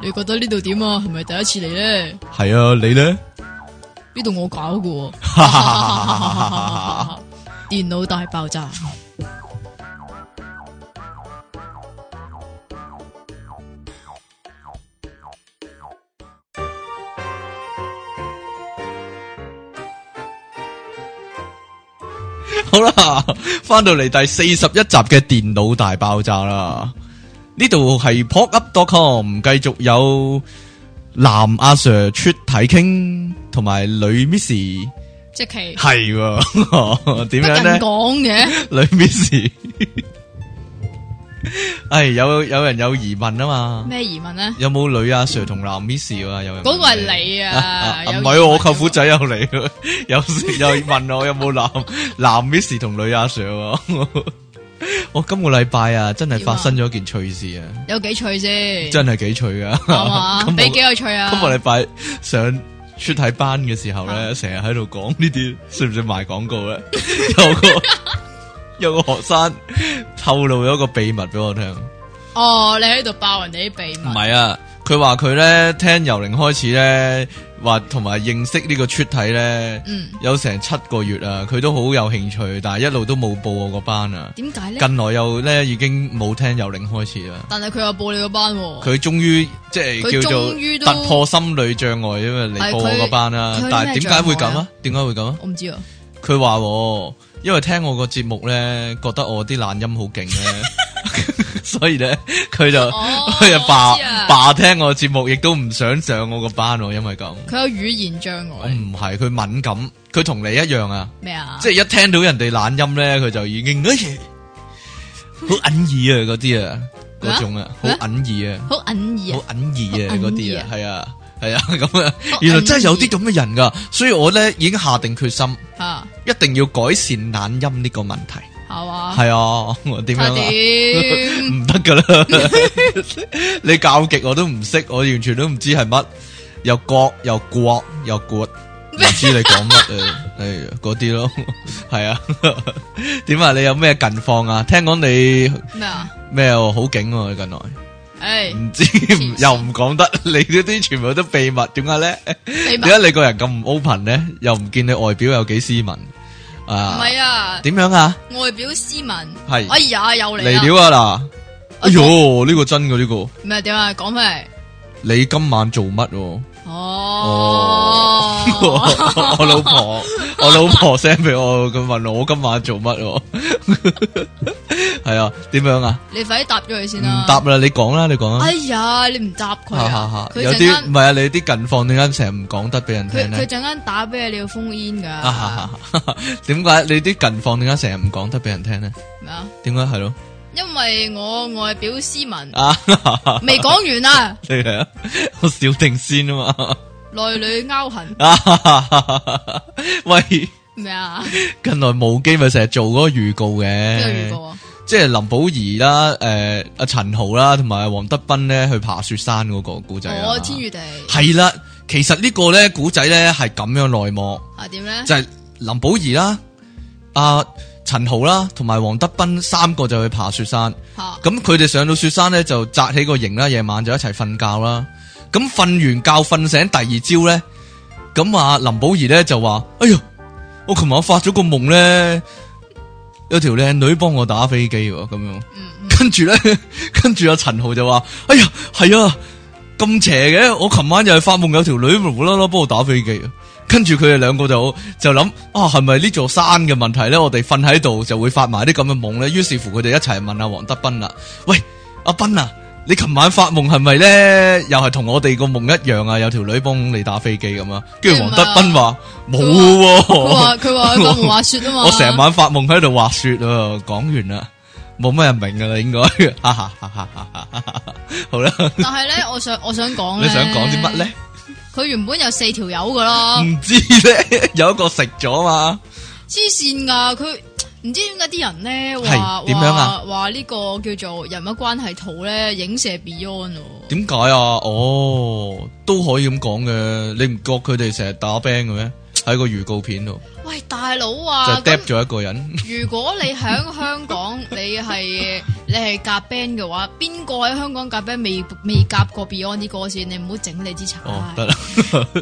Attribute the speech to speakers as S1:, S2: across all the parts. S1: 你覺得呢度點啊？係咪第一次嚟咧？
S2: 係啊，你咧？
S1: 呢度我搞嘅喎， 電腦大爆炸。
S2: 好啦，翻到嚟第四十一集嘅電腦大爆炸啦。呢度係 popup.com，繼續有男阿 Sir 出體傾，同埋女 Miss 係
S1: 即其
S2: 喎 點
S1: 不
S2: 樣
S1: 人
S2: 咧？
S1: 講嘅，
S2: 女 Miss，唉，有有人有疑問啊嘛？
S1: 咩疑問 咧？
S2: 有冇女阿 Sir 同男 Miss 啊？有
S1: 嗰
S2: 人
S1: 個
S2: 問
S1: 係你 啊，有
S2: 唔
S1: 疑
S2: 係
S1: 問
S2: 我舅父仔又嚟喎， 有時又問我有冇男男 Miss 同女阿 Sir 喎。 我今個禮拜啊，真係發生咗件趣事啊，
S1: 有幾趣先？
S2: 真係幾趣噶。
S1: 係嘛？
S2: 今個
S1: 你幾有趣啊？
S2: 今個禮拜上出體班嘅時候咧，
S1: 啊
S2: 成日喺度講呢啲，算唔算賣廣告咧？ 有個 有個學生透露咗個秘密俾我聽。
S1: 哦，你喺度爆人哋啲秘
S2: 唔
S1: 密，
S2: 係啊，佢話佢咧聽由零開始咧，話同埋認識呢個出體咧，
S1: 嗯，
S2: 有成七個月啊，佢都好有興趣，但係一路都冇報我個班啊。
S1: 點解咧？
S2: 近來又咧已經冇聽由零開始啦。
S1: 但係佢又報你個班喎，
S2: 佢終於即係
S1: 佢
S2: 叫做
S1: 終於都
S2: 突破心理障礙，因為嚟
S1: 係
S2: 報我個班啦
S1: 佢佢。
S2: 但
S1: 咩
S2: 係點解會咁
S1: 障礙
S2: 啊
S1: 啊？
S2: 點解會咁啊？
S1: 我唔 知啊，
S2: 佢話喎，因為聽我個節目咧，覺得我啲懶音好勁咧， 所以咧佢就
S1: 哦
S2: 佢就
S1: 我
S2: 罷
S1: 知啊
S2: 罷聽我節目，亦都唔想上我個班喎，因為咁。
S1: 佢有語言障
S2: 我
S1: 礙
S2: 唔係佢敏感，佢同你一樣啊，
S1: 咩啊？
S2: 即係一聽到人哋懶音咧，佢就已經哎呀 好隱耳啊嗰啲啊，
S1: 咩啊
S2: 嗰種啊，好
S1: 咩啊
S2: 隱耳啊。
S1: 好隱意啊
S2: 好！隱耳啊
S1: 好
S2: 嗰
S1: 隱
S2: 啲
S1: 耳啊，
S2: 啊係啊係啊 咁啊
S1: 好，
S2: 原來真係有啲
S1: 隱
S2: 咁嘅人噶，所以我咧已經下定決心，
S1: 吓
S2: 一定要改善懶音呢個問題。
S1: 啊係嘛？
S2: 係啊，我點樣
S1: 差
S2: 啊？
S1: 點
S2: 唔得噶啦， 你教極我都唔識，我完全都唔知係乜，又國又國又國，唔知你講乜 啊？誒嗰啲咯， 係啊，點啊？你有咩近況啊？聽講你
S1: 咩啊？
S2: 咩喎好勁喎近來。
S1: 唉，
S2: 唔知唔又唔講得，你嗰啲全部都秘密，點解咧？
S1: 秘
S2: 點
S1: 密
S2: 解你個人咁唔 open 咧？又唔見你外表有幾斯文
S1: 唔
S2: 啊？
S1: 係啊，
S2: 點樣啊？
S1: 外表斯文
S2: 係
S1: 哎呀，又嚟
S2: 嚟
S1: 啦！
S2: 料啊嗱！哎呦，呢個真嘅呢個，
S1: 咩點啊？講翻嚟
S2: 你今晚做乜喎？
S1: 哦，
S2: 我我老婆，我老婆 send 俾我，佢問我今晚做乜喎？ 係啊，點樣啊？
S1: 你快啲答咗佢先
S2: 唔
S1: 啦。
S2: 答。啦，你講啦，你講啦
S1: 哎。呀，你唔答佢
S2: 哈哈
S1: 啊
S2: 哈！！
S1: 佢
S2: 有
S1: 陣
S2: 啲
S1: 間
S2: 唔係啊，你啲近況點解成日唔講得俾
S1: 佢
S2: 人聽咧
S1: 佢？陣間打俾你，你要封煙噶。
S2: 啊哈哈哈！點解你啲近況點解成日唔講得俾人聽呢？
S1: 咩啊？
S2: 點解係咯？
S1: 因為我外表斯文，
S2: 啊，
S1: 未講完啊，
S2: 你嚟啊！我笑定先啊嘛！
S1: 內裏勾痕
S2: 啊哈哈喂，
S1: 咩啊？
S2: 近來無機咪成日做嗰個預告嘅，
S1: 邊個遇過啊？
S2: 即係林保怡啦、誒阿陳豪啦，同埋黃德斌咧去爬雪山嗰個古仔啊
S1: 哦我天與地
S2: 係啦，其實呢個咧古仔咧係咁樣內幕。
S1: 啊點咧？
S2: 就係林保怡啦、阿、陳豪啦，同埋黃德斌三個就去爬雪山。
S1: 吓
S2: 咁佢哋上到雪山咧，就紮起個營啦，夜晚就一齊瞓覺啦。咁瞓完覺瞓醒第二朝咧，咁啊林保怡咧就話：哎呀，我琴晚發咗個夢咧，有條靚女幫我打飛機喎，咁樣。
S1: 嗯
S2: 跟住咧，跟住阿陳豪就話：哎呀，係啊，咁邪嘅！我琴晚又係發夢有條女無啦啦幫我打飛機啊！跟住佢哋兩個就就諗啊，係咪呢座山嘅問題咧？我哋瞓喺度就會發埋啲咁嘅夢咧。於是乎佢哋一齊問阿黃德斌啦：喂，阿斌啊，你琴晚發夢係咪咧？又係同我哋個夢一樣啊？有條女幫你打飛機咁啊？跟住黃德斌話冇喎。
S1: 佢話佢話佢冇滑雪啊嘛。
S2: 我成晚發夢喺度滑雪啊！講完啦，冇乜人明噶啦，應該。 哈哈哈哈哈哈好啦，
S1: 但係咧，我想我想講
S2: 你想講啲乜嗯咧？？
S1: 佢原本有四條友噶啦，
S2: 唔知咧， 有一個食咗嘛，
S1: 黐線噶，佢唔知點解啲人咧話
S2: 係點樣啊
S1: 話話呢個叫做人物關係圖咧影射 Beyond 喎
S2: 點解啊？哦，都可以咁講嘅，你唔覺佢哋成日打 band 嘅咩？喺個預告片度
S1: 喂大佬
S2: 就
S1: 啊！
S2: d
S1: 咁
S2: 咗一個人，
S1: 如果你喺香港，你係你係夾 band 嘅話，邊個喺香港夾 band 未未夾過 Beyond 啲歌先？你唔好整你支柴
S2: 哦，得啦，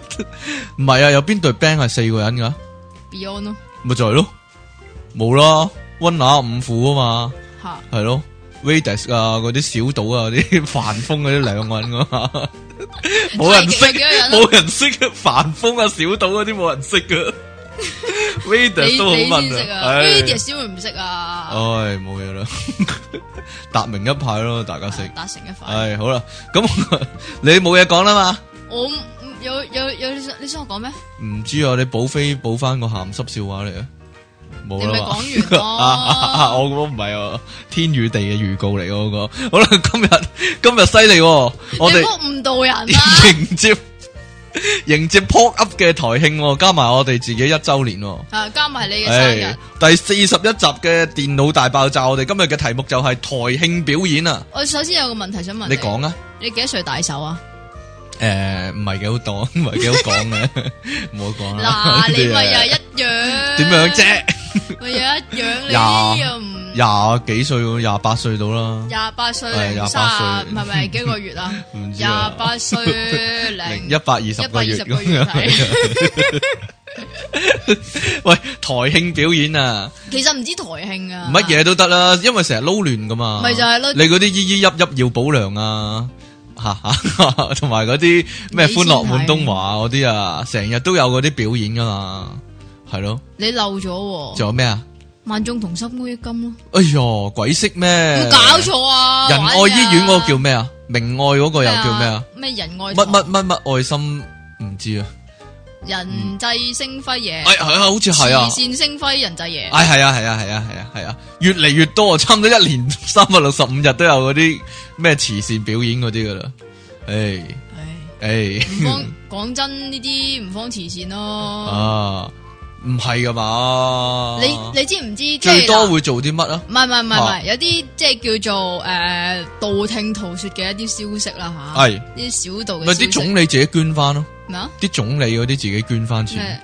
S2: 唔係啊，有邊隊 band 係四個人噶？
S1: Beyond 咯
S2: 咪就係咯，冇啦，温拿五虎啊嘛，
S1: 吓，
S2: 係咯 r a d i s 啊，嗰啲小島啊，嗰啲 凡風嗰啲兩個人噶嘛， 冇人識
S1: 係幾多人啊，
S2: 冇人識嘅凡風啊，小島嗰啲冇人識 噶 r a d i
S1: 你
S2: s 都好
S1: 你先
S2: 問
S1: 識
S2: 啊
S1: 啊，
S2: 唉哦
S1: 呢啲小妹唔識啊，
S2: 唉，冇嘢啦， 達明一派咯，大家識。
S1: 達啊成一塊。
S2: 唉，好啦，咁 你冇嘢講啦嘛？
S1: 我唔有有有你想你想我講咩？
S2: 唔知啊，你補飛補翻個鹹濕笑話嚟啊！冇啦嘛，
S1: 你咪講完咯
S2: 啊我嗰個唔係啊，天與地嘅預告嚟嗰個。好啦，今日今日犀利喎，我
S1: 你
S2: 哋
S1: 唔好啊誤導人 啦。
S2: 迎接迎接 pop up 嘅台慶喎，加埋我哋自己一周年喎。
S1: 啊，加埋你嘅生
S2: 唉
S1: 日，，
S2: 第四十一集嘅電腦大爆炸，我哋今日嘅題目就係台慶表演啊！
S1: 我首先有個問題想問
S2: 你講啊！
S1: 你幾多歲大手啊？
S2: 诶，唔係幾好講，唔係幾好講嘅， 唔好講啦。
S1: 嗱，你咪又係
S2: 又
S1: 一樣，
S2: 點樣？啫？
S1: 咪又一樣，你
S2: 廿
S1: 呢又唔
S2: 廿幾歲喎，廿八歲到啦，
S1: 廿八歲
S2: 係
S1: 零
S2: 廿
S1: 三
S2: 八
S1: 啊，唔
S2: 歲
S1: 係唔係幾個月啊？
S2: 唔知
S1: 廿
S2: 啊，
S1: 八歲
S2: 零
S1: 零
S2: 一百二十個月
S1: 120
S2: 咁
S1: 個月
S2: 樣。喂，台慶表演啊，
S1: 其實唔知台慶啊，
S2: 乜嘢都得啦，因為成日撈亂噶嘛。
S1: 咪就係咯
S2: 你嗰啲依依泣泣要保良啊。吓吓，同埋嗰啲咩歡樂滿東華嗰啲啊，成日都有嗰啲表演噶嘛，係咯，
S1: 你漏咗喎，
S2: 仲有咩啊？
S1: 萬眾同心烏益金咯，
S2: 哎呦，鬼識咩？
S1: 有冇搞錯啊！
S2: 仁
S1: 玩
S2: 愛
S1: 嘢啊
S2: 醫院嗰個叫咩啊？明愛嗰個又叫咩啊？？
S1: 咩仁愛
S2: 乜
S1: 堂
S2: 乜乜乜愛心唔知啊？
S1: 人際星輝夜
S2: 嗯哎，係啊，好似係啊
S1: 慈。善星輝人際夜
S2: 哎，係啊，係啊，係啊，係啊，係啊，越嚟越多，差唔多一年三百六十五日都有嗰啲咩慈善表演嗰啲噶 啦。唉
S1: 唉
S2: 唉
S1: 唔方講真呢啲唔方慈善咯。
S2: 嗯啊，唔係噶嘛？
S1: 你你知唔知即係
S2: 最多
S1: 嗱
S2: 會做啲乜啊？
S1: 唔係唔係唔係唔
S2: 啊
S1: 係，有啲即係叫做诶道聽途說嘅一啲消息啦吓，
S2: 係
S1: 呢啲小道嘅
S2: 哎咪啲
S1: 啊消息
S2: 總理自己捐翻咯？
S1: 咩啊？
S2: 啲總理嗰啲自己捐翻錢
S1: 咩。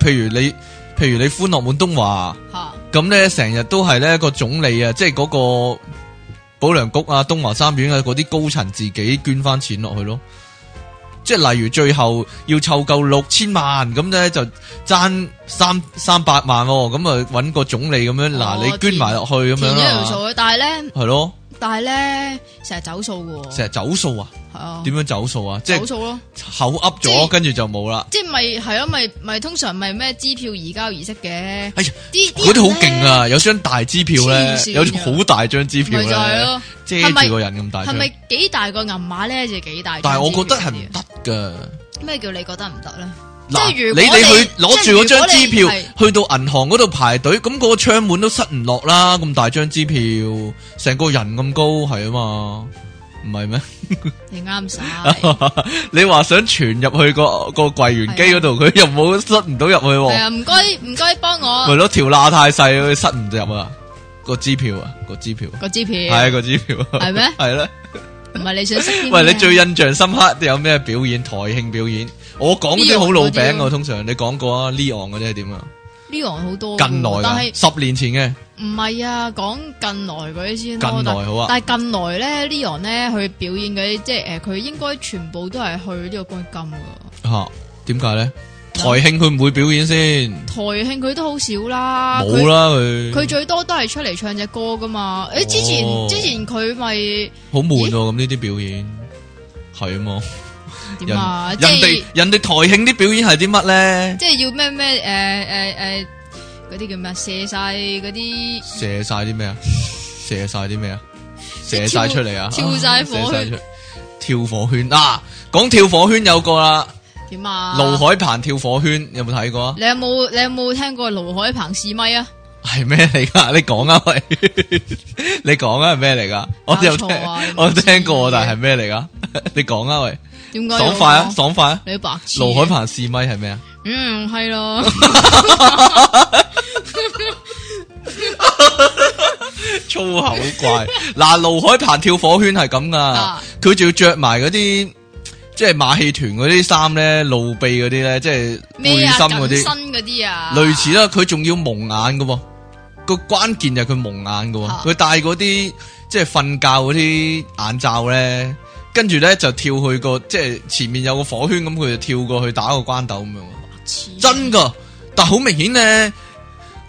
S2: 譬如你，譬如你歡樂滿東華。
S1: 吓？
S2: 咁咧成日都係咧個總理啊，即係嗰個保良局啊、東華三院啊嗰啲高層自己捐翻錢落去咯。即係例如最後要湊夠六千萬，咁咧就爭三三百萬喎、咁啊揾個總理咁樣嗱，
S1: 哦
S2: 你捐埋落去咁啊
S1: 填
S2: 樣
S1: 咗條數
S2: 啦，
S1: 嘅，但係咧，
S2: 係咯，
S1: 但係咧，成日走數嘅喎，
S2: 成日走數啊，
S1: 係啊，
S2: 點樣走數啊？即
S1: 走
S2: 係
S1: 數咯，
S2: 口噏
S1: 即
S2: 咗，
S1: 係
S2: 跟住就冇啦。
S1: 即係咪係啊？咪咪通常咪咩支票移交儀式嘅，
S2: 哎呀，
S1: 啲
S2: 嗰啲好
S1: 人
S2: 勁啊！有張大支票咧
S1: 黐，線㗎啊
S2: 有張好大張支票啊
S1: 咪就係
S2: 咧，
S1: 咯，
S2: 遮
S1: 係咪
S2: 住個人咁大
S1: 係
S2: 張。
S1: 咪幾大個銀碼咧就幾大張支票嗰啲啊？
S2: 啊但係我覺得係唔得噶。
S1: 咩叫你覺得唔得咧？即
S2: 嗱，
S1: 係如
S2: 你
S1: 果
S2: 哋去
S1: 你
S2: 攞住嗰張支票
S1: 即係如果
S2: 去到銀行嗰度排隊，咁嗰個窗門都塞唔落啦，咁大張支票，成個人咁高係啊嘛，唔係咩？
S1: 你啱晒，
S2: 你話想傳入去個個櫃員機嗰度，佢又冇塞唔到入去
S1: 係
S2: 喎，
S1: 啊，唔該唔該幫
S2: 咪
S1: 我
S2: 咯條罅太細，佢塞唔入啊個支票啊個支票，
S1: 個支票，
S2: 係啊個支票，
S1: 係咩
S2: 係啦，
S1: 唔係你想識啲咩？啊
S2: 喂你最印象深刻有咩表演？台慶表演，我講啲好老
S1: Leon 嗰
S2: 餅
S1: 啲啊咯
S2: 我通常你講過啊，Leon 嗰啲係點啊？
S1: 呢行好多㗎，
S2: 近來
S1: 哦但
S2: 啊
S1: 係
S2: 十年前嘅。
S1: 唔係啊，講近來嗰啲先咯。
S2: 近來
S1: 但
S2: 好啊
S1: 但係近來咧，Leon 咧佢表演嗰啲，即係誒，佢、應該全部都係去呢個軍金噶。
S2: 吓，啊點解咧？台慶佢唔會表演先，
S1: 台慶佢都好少啦，
S2: 冇啦佢，
S1: 啊佢。佢最多都係出嚟唱只歌噶嘛。誒、之前、
S2: 哦
S1: 之前佢咪
S2: 好悶喎咁呢啲表演，係啊嘛。
S1: 點啊？
S2: 人
S1: 即
S2: 人哋
S1: 係
S2: 人哋台慶啲表演係啲乜咧？
S1: 即係要咩咩誒誒誒嗰啲叫咩啊？射晒嗰啲
S2: 射晒啲咩啊？射晒啲咩啊？射晒出嚟啊！
S1: 跳跳晒火圈
S2: 啊射晒出跳火圈啊！講跳火圈有個啦，
S1: 點啊？
S2: 盧海鵬跳火圈有冇睇過啊？
S1: 你有冇你有冇聽過盧海鵬試咪啊？
S2: 係咩嚟噶？ 你講啊喂，你講啊係咩嚟噶？我有
S1: 搞
S2: 聽
S1: 錯啊你唔知
S2: 我聽過，但係咩嚟噶？ 你講啊喂，
S1: 點解
S2: 爽快啊
S1: 有我
S2: 爽快啊！
S1: 你白痴
S2: 卢
S1: 嘅
S2: 海鹏試咪係咩啊？
S1: 嗯，係咯，
S2: 粗口怪嗱，卢海鹏跳火圈係咁噶
S1: 啊，
S2: 佢仲要着埋嗰啲即係馬戲團嗰啲衫咧，露臂嗰啲咧，即係背
S1: 咩啊？
S2: 心
S1: 緊
S2: 嗰啲，
S1: 身嗰啲啊，
S2: 類似啦。佢仲要蒙眼噶喎，個關鍵就係佢蒙眼嘅
S1: 啊
S2: 喎，佢戴嗰啲即係瞓覺嗰啲眼罩咧，跟住咧就跳去個即係前面有個火圈咁，佢就跳過去打個關鬥咁樣喎。真噶，但好明顯咧，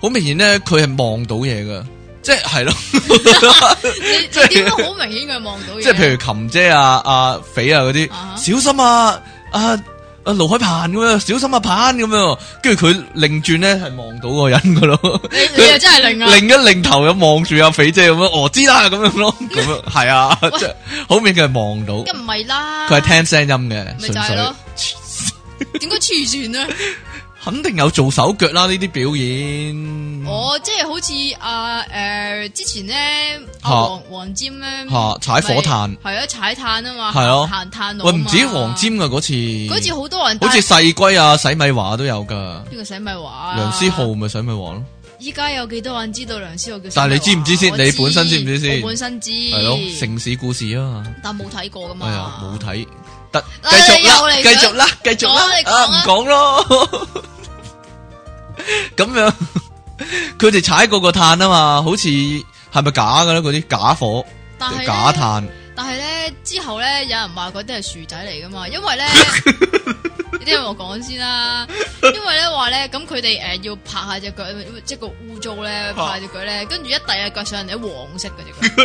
S2: 好明顯咧，佢係望到嘢噶，即係係咯，
S1: 你
S2: 即係
S1: 你點都好明顯佢望到嘢。
S2: 即係譬如琴姐啊、阿肥啊嗰啲
S1: 啊哈，
S2: 小心啊，啊啊盧海鵬咁樣，小心啊鵬咁樣，跟住佢擰轉咧係望到個人噶咯。
S1: 你你又真係令啊！
S2: 另一擰頭又望住阿肥姐咁樣，哦我知啦咁樣 咯，咁樣係啊，即係好明顯佢係望到，
S1: 梗唔係啦，
S2: 佢係聽聲音嘅，
S1: 啊咪
S2: 純
S1: 就係
S2: 粹
S1: 咯點解黐線呢？
S2: 肯定有做手腳啦呢啲表演。
S1: 我哦即係好似啊誒之前咧，阿
S2: 嚇
S1: 黃黃尖咧
S2: 嚇踩火炭
S1: 係啊踩炭啊嘛，
S2: 係咯
S1: 行炭路啊
S2: 喂，
S1: 嘛
S2: 唔止黃尖，㗎嗰次，
S1: 嗰次好多人
S2: 嗯好似
S1: 戴
S2: 細龜啊、洗米華都有噶，
S1: 呢個洗米華，
S2: 梁思浩，咪洗米華咯，
S1: 依家有幾多人知道梁思浩叫洗米華？
S2: 但係你知唔知先
S1: 我
S2: 你本身知唔知先
S1: 我本身知，
S2: 係
S1: 嗯
S2: 咯，城市故事啊嘛，
S1: 但冇睇過噶嘛。
S2: 哎呀，冇睇，得
S1: 哎
S2: 繼續
S1: 又
S2: 啦，
S1: 嚟
S2: 繼續啦，繼續
S1: 講
S2: 啦
S1: 啊你，講
S2: 啊
S1: 啊
S2: 唔講咯， 咁樣佢哋踩過個炭啊嘛，好似係咪假嘅咧？嗰啲假火、
S1: 但係呢
S2: 假炭，
S1: 但係咧之後咧，有人話嗰啲係薯仔嚟噶嘛，因 為咧，你聽我講先啦。因為咧話咧，咁佢哋誒要拍下只腳，即係個污糟咧，
S2: 啊
S1: 拍下只腳咧，跟住一遞下腳上嚟，黃色嘅只腳，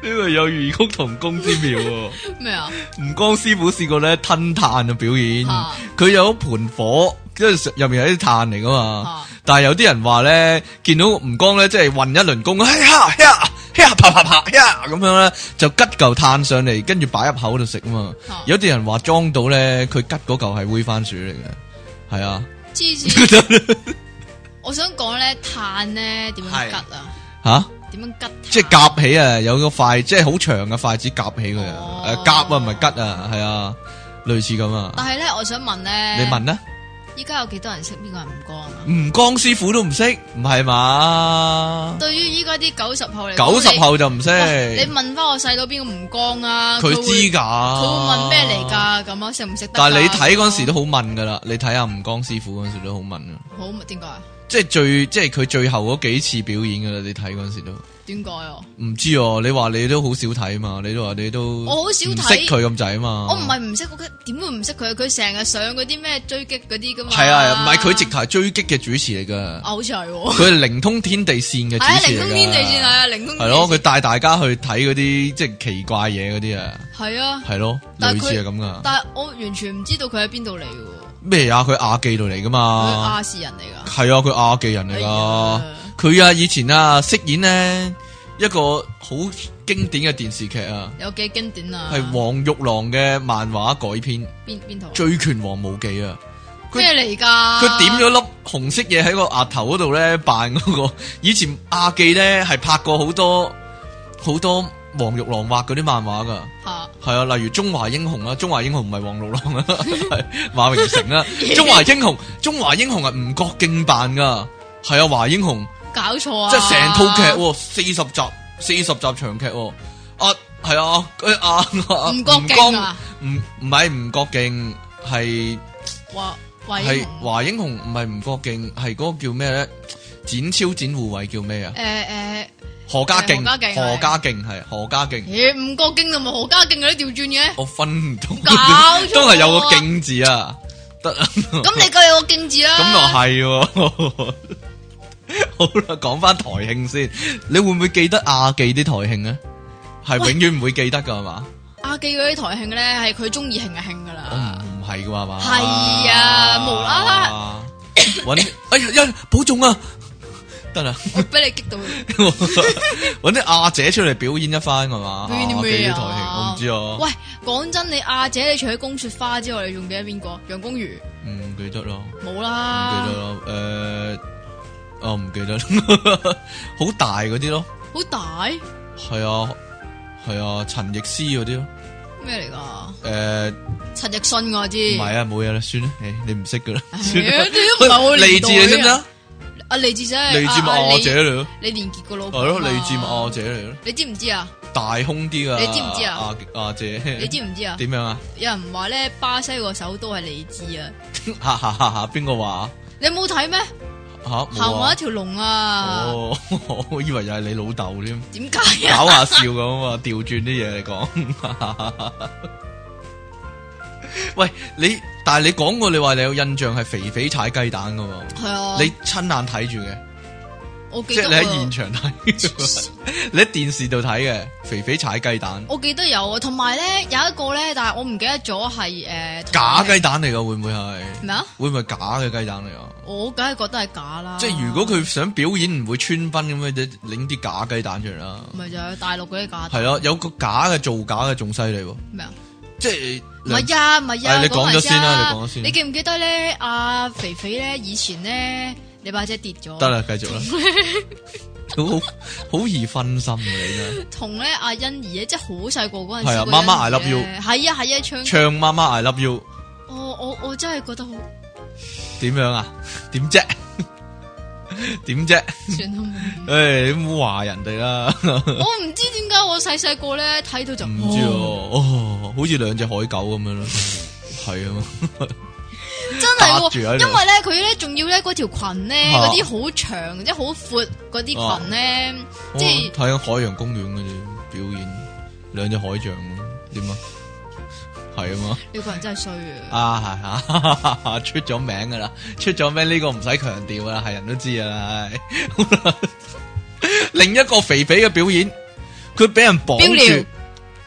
S2: 呢個有異曲同工之妙 喎。
S1: 咩啊？
S2: 吳江師傅試過咧吞炭嘅表演
S1: 啊，
S2: 佢有一盤火，跟住入面係啲炭嚟噶嘛
S1: 啊。
S2: 但係有啲人話咧，見到吳江咧，即係運一輪功，哎呀呀呀啪啪啪呀咁樣咧，就吉嚿炭上嚟，跟住擺入口度食啊嘛
S1: 啊。
S2: 有啲人話裝到咧，佢吉嗰嚿係煨番薯嚟嘅，係啊，
S1: 黐線！我想講咧，炭咧點樣吉啊？
S2: 吓，
S1: 點樣吉炭？
S2: 即係夾起啊，有個筷，即係好長嘅筷子夾起佢啊
S1: 哦，
S2: 誒夾啊唔係吉啊，係啊，類似咁啊。
S1: 但係咧，我想問咧，
S2: 你問啦。
S1: 依家有幾多人識邊個係吳江啊？
S2: 吳江師傅都唔識，唔係嘛？
S1: 對於依家啲九十後嚟講，
S2: 九十後就唔識，
S1: 你，哇你問翻我細佬邊個吳江啊？
S2: 佢
S1: 會
S2: 知噶。
S1: 佢會
S2: 佢
S1: 問咩嚟？㗎？咁啊，食唔食得㗎？
S2: 但係你睇嗰陣時都好問噶啦，你睇下吳江師傅嗰陣時都好問啊，
S1: 好點解啊？
S2: 即係最即係佢最後嗰幾次表演噶啦，你睇嗰陣時都
S1: 點解啊？
S2: 唔知哦。你話你都好少睇嘛？你都話你都
S1: 我好少睇
S2: 唔識佢咁滯嘛？
S1: 我唔係唔識佢，點會唔識佢？佢成日上嗰啲咩追擊嗰啲㗎嘛？
S2: 係啊，唔係佢直頭係追擊嘅主持嚟
S1: 啊，
S2: 噶，
S1: 好似係喎。
S2: 佢係靈通天地線嘅
S1: 係啊，
S2: 主持
S1: 靈
S2: 嚟
S1: 通
S2: 噶。
S1: 天地線係啊，靈通天地線
S2: 係咯，佢帶大家去睇嗰啲即係奇怪嘢嗰啲啊。
S1: 係啊，
S2: 系咯，
S1: 但
S2: 類
S1: 係佢
S2: 似係咁噶。
S1: 但係我完全唔知道佢喺邊度嚟嘅喎，
S2: 咩啊？佢亞記度嚟噶
S1: 佢
S2: 嘛？
S1: 亞視人嚟㗎。
S2: 係啊，佢亞記人嚟噶
S1: 哎呀。
S2: 佢啊，以前啊，飾演呢一個好經典嘅電視劇啊，
S1: 有幾經典啊？
S2: 係黃玉郎嘅漫畫改編《
S1: 邊邊套啊？
S2: 醉拳王無忌》啊。佢
S1: 咩嚟㗎？
S2: 佢點咗粒紅色嘢喺個額頭嗰度咧，扮嗰、個。以前亞記咧係拍過好多好多黃玉郎畫嗰啲漫畫噶。
S1: 嚇
S2: 係啊，例如《中華英雄》啦，啊《中華英雄》唔係黃六郎啦，係 馬榮成 啦，《中華英雄》《中華英雄》係吳國敬扮噶，係啊，華英雄
S1: 搞錯啊！
S2: 即係成套劇喎，四十集，四十集長劇喎，啊，係啊，佢啊，啊
S1: 吳國敬啊，
S2: 吳江唔唔係吳國敬，係
S1: 哇喂，
S2: 係華英雄，唔係吳國敬，係嗰個叫咩咧？展超展護衛叫咩啊？
S1: 誒誒，
S2: 何家勁，
S1: 何家勁
S2: 何家勁係何家勁，
S1: 咦？吳國敬同埋何家勁嗰啲調轉嘅。
S2: 我分唔到
S1: 搞錯，
S2: 都係有個勁字啊，得啊。
S1: 咁你夠有個勁字啦。
S2: 咁又係喎。 好啦，講翻台慶先，你會唔會記得亞記啲台慶咧？係
S1: 喂
S2: 永遠唔會記得噶係嘛？
S1: 阿記嗰啲台慶咧，係佢中意慶就慶噶
S2: 我唔
S1: 啦。
S2: 哦唔係噶係嘛？
S1: 啊係啊無啦啦
S2: 揾哎呀，呀保重啊！得啦，
S1: 我俾你激到，
S2: 揾啲亞姐出嚟表演一番係嘛？
S1: 表演啲咩
S2: 亞記啲
S1: 啊
S2: 台慶我唔知啊，
S1: 喂，講真，你阿姐你除咗公雪花之外，你仲記得邊個？楊公如
S2: 唔記得咯。
S1: 冇
S2: 唔記得
S1: 啦，
S2: 咯，誒、我唔記得啦， 好大嗰啲咯，
S1: 好大
S2: 係啊，係啊，陳奕詩嗰啲咯，
S1: 咩嚟噶？
S2: 誒、
S1: 陳奕迅我知，
S2: 唔呃係啊，冇嘢啦，算啦，誒，你唔識噶啦，
S1: 唉
S2: 算 啦
S1: 你都唔係我
S2: 勵
S1: 年代
S2: 志
S1: 嘅
S2: 你知唔知啊？
S1: 阿李志仔，
S2: 勵志咪
S1: 啊哦
S2: 我姐嚟咯，
S1: 李連杰個老婆
S2: 係咯，
S1: 嘛
S2: 勵志咪我姐嚟咯，
S1: 你知唔知啊？
S2: 大胸啲噶，
S1: 你知唔知啊
S2: 阿阿姐，
S1: 你知唔知啊？
S2: 點樣啊？
S1: 有人話咧，巴西個首都係李志啊，
S2: 哈哈哈哈！邊個話？
S1: 你冇睇咩？
S2: 吓冇
S1: 行埋
S2: 啊
S1: 一條龍啊！
S2: 哦， 我以為又係你老豆添，
S1: 點解啊？
S2: 搞下笑咁啊， 調轉啲嘢嚟講。 喂，你但係你講過，你話你有印象係肥肥踩雞蛋噶喎，
S1: 係啊，
S2: 你親眼睇住嘅，
S1: 我記
S2: 即
S1: 得
S2: 係你喺
S1: 啊
S2: 現場睇，你喺電視度睇嘅，肥肥踩雞蛋，
S1: 我記得有啊，同埋咧有一個咧，但係我唔記得咗係誒
S2: 假雞蛋嚟噶，會唔會係？
S1: 咩啊？
S2: 會唔會係假嘅雞蛋嚟啊？
S1: 我梗係覺得係假啦。
S2: 即係如果佢想表演唔會穿崩咁樣，你拎啲假雞蛋出嚟啦。
S1: 咪就係大陸嗰啲假
S2: 係咯，有個假嘅造假嘅仲犀利喎，
S1: 咩啊？
S2: 即係
S1: 唔係呀，唔係
S2: 哎
S1: 呀，
S2: 你講咗先啦
S1: 講埋啫
S2: 你講咗先
S1: 你記唔記得咧？阿肥肥咧，以前咧，你把遮跌咗，
S2: 得啦，繼續啦。好好易分心嘅你真係，
S1: 同咧阿欣怡咧，即係好細個嗰陣時，
S2: 係啊媽媽 I love you
S1: 係啊係啊，唱
S2: 唱媽媽 I love you
S1: 我我我真係覺 得好
S2: 點樣啊？點啫？ 點啫？
S1: 算啦。
S2: 誒，你唔好話人哋啦，
S1: 啊我唔知點解我細細個咧睇到就
S2: 唔知哦，哦，好似兩隻海狗咁樣咯，係啊，
S1: 真係
S2: 搭住喺
S1: 喎，
S2: 度啊
S1: 因為咧佢咧仲要咧嗰條裙咧
S2: 嚇
S1: 嗰啲好長即係好闊嗰
S2: 啊
S1: 啲裙咧，
S2: 我
S1: 即係
S2: 睇緊海洋公園嗰啲表演，兩隻海象咁點啊？係啊嘛。
S1: 你個人真係衰啊！
S2: 啊，係啊， 出咗名噶啦，出咗名呢個唔使強調啦，係人都知噶啦。係另一個肥肥嘅表演，佢俾人綁
S1: 標
S2: 住，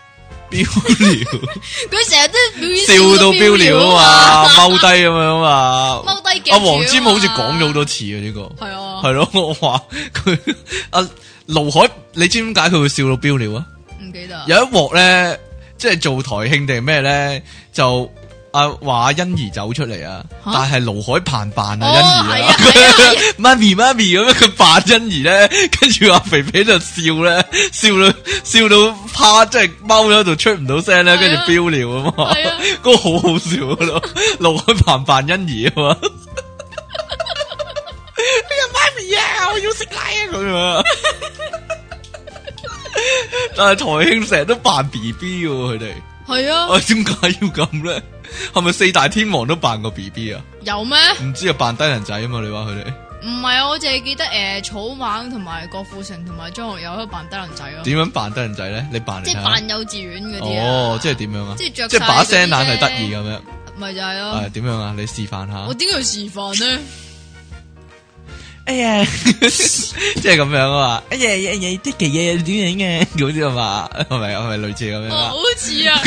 S2: 標
S1: 佢成日都表演
S2: 尿，笑到
S1: 飆
S2: 標尿啊 嘛，踎低咁樣啊嘛。
S1: 踎低夾
S2: 阿
S1: 住啊
S2: 黃沾好似講咗好
S1: 嘛
S2: 多次啊，呢個
S1: 係啊，
S2: 係咯，我話佢 阿盧海，你知唔知點解佢會笑到標尿啊？
S1: 唔記得。
S2: 有一鑊咧，即係做台慶定係咩咧，就阿華欣怡走出嚟啊，
S1: 嚇
S2: 但係盧海鵬扮
S1: 哦
S2: 啊欣怡啊
S1: 係啊係，
S2: 媽咪媽咪咁樣佢扮欣怡咧，跟住阿肥肥就笑咧，笑到笑到趴，即係踎咗喺度出唔到聲咧，
S1: 係啊
S2: 跟住飆尿啊嘛
S1: 係啊，
S2: 嗰個好好笑噶咯，盧海鵬扮欣怡啊嘛。媽咪啊，我要食奶啊咁樣。但係台慶成日都扮 B B 嘅喎，佢哋，
S1: 係啊，
S2: 啊點解要咁咧？係咪四大天王都扮過 B B 啊？
S1: 有咩？
S2: 唔知啊，扮低人仔啊嘛？你話佢哋
S1: 唔係啊，我淨係記得誒草蜢同埋郭富城同埋張學友喺度扮低能仔咯，
S2: 點樣扮低人仔咧？你扮嚟
S1: 即係
S2: 睇下。
S1: 扮幼稚園嗰啲啊
S2: 哦，即係點樣啊？
S1: 即係着
S2: 即係把
S1: 晒嗰
S2: 聲
S1: 啲
S2: 懶係得
S1: 啫哦
S2: 意咁樣，
S1: 咪就係咯
S2: 係。點樣啊？你示範下
S1: 我。點解要示範呢？
S2: 哎呀， 即係咁樣啊嘛！哎呀，哎呀，啲嘅嘢點樣嘅啊咁啫嘛？係咪係咪類似咁樣
S1: 哦
S2: 啊
S1: 好？似 啊，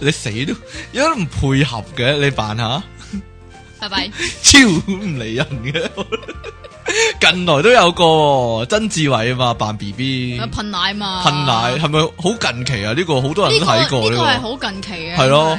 S2: 你死都有得唔配合嘅，你扮下
S1: 拜拜。
S2: 超唔理人嘅。 近來都有個喎曾志偉啊嘛，扮 B B
S1: 有啊噴奶嘛？
S2: 噴奶，係咪好近期啊？呢個好多人都睇過
S1: 呢
S2: 呢
S1: 個係
S2: 個，
S1: 好近期嘅，
S2: 係咯。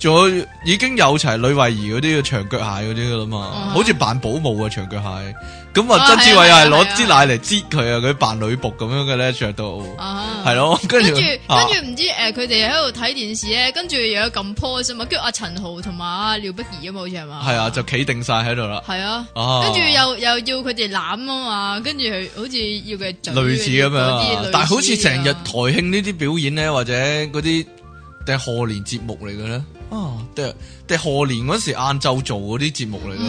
S2: 仲有已經有齊呂慧儀嗰啲長腳蟹嗰啲噶啦嘛
S1: 嗯，
S2: 好似扮保姆啊長腳蟹。咁啊，
S1: 啊
S2: 曾志偉又係
S1: 係啊係啊
S2: 攞支奶嚟擠佢啊，佢扮女仆咁樣嘅咧，着到
S1: 啊，
S2: 係。咯，跟
S1: 跟
S2: 住
S1: 住
S2: 啊
S1: 跟住唔知誒，佢哋喺度睇電視咧，跟住又有撳 pause 啊嘛，跟住阿陳豪同埋阿廖碧兒啊嘛，好似係嘛？
S2: 係啊，就企定晒喺度啦。
S1: 係啊。
S2: 啊，
S1: 跟住又又要佢哋攬啊嘛，跟住佢好似要佢嘴
S2: 類似咁樣
S1: 嗰
S2: 啊
S1: 啲，
S2: 但係好似
S1: 類似啊
S2: 成日台慶呢啲表演咧，或者嗰啲定係賀年節目嚟嘅咧？啊，定係定係賀年嗰時晏晝做嗰啲節目嚟
S1: 唔
S2: 嘅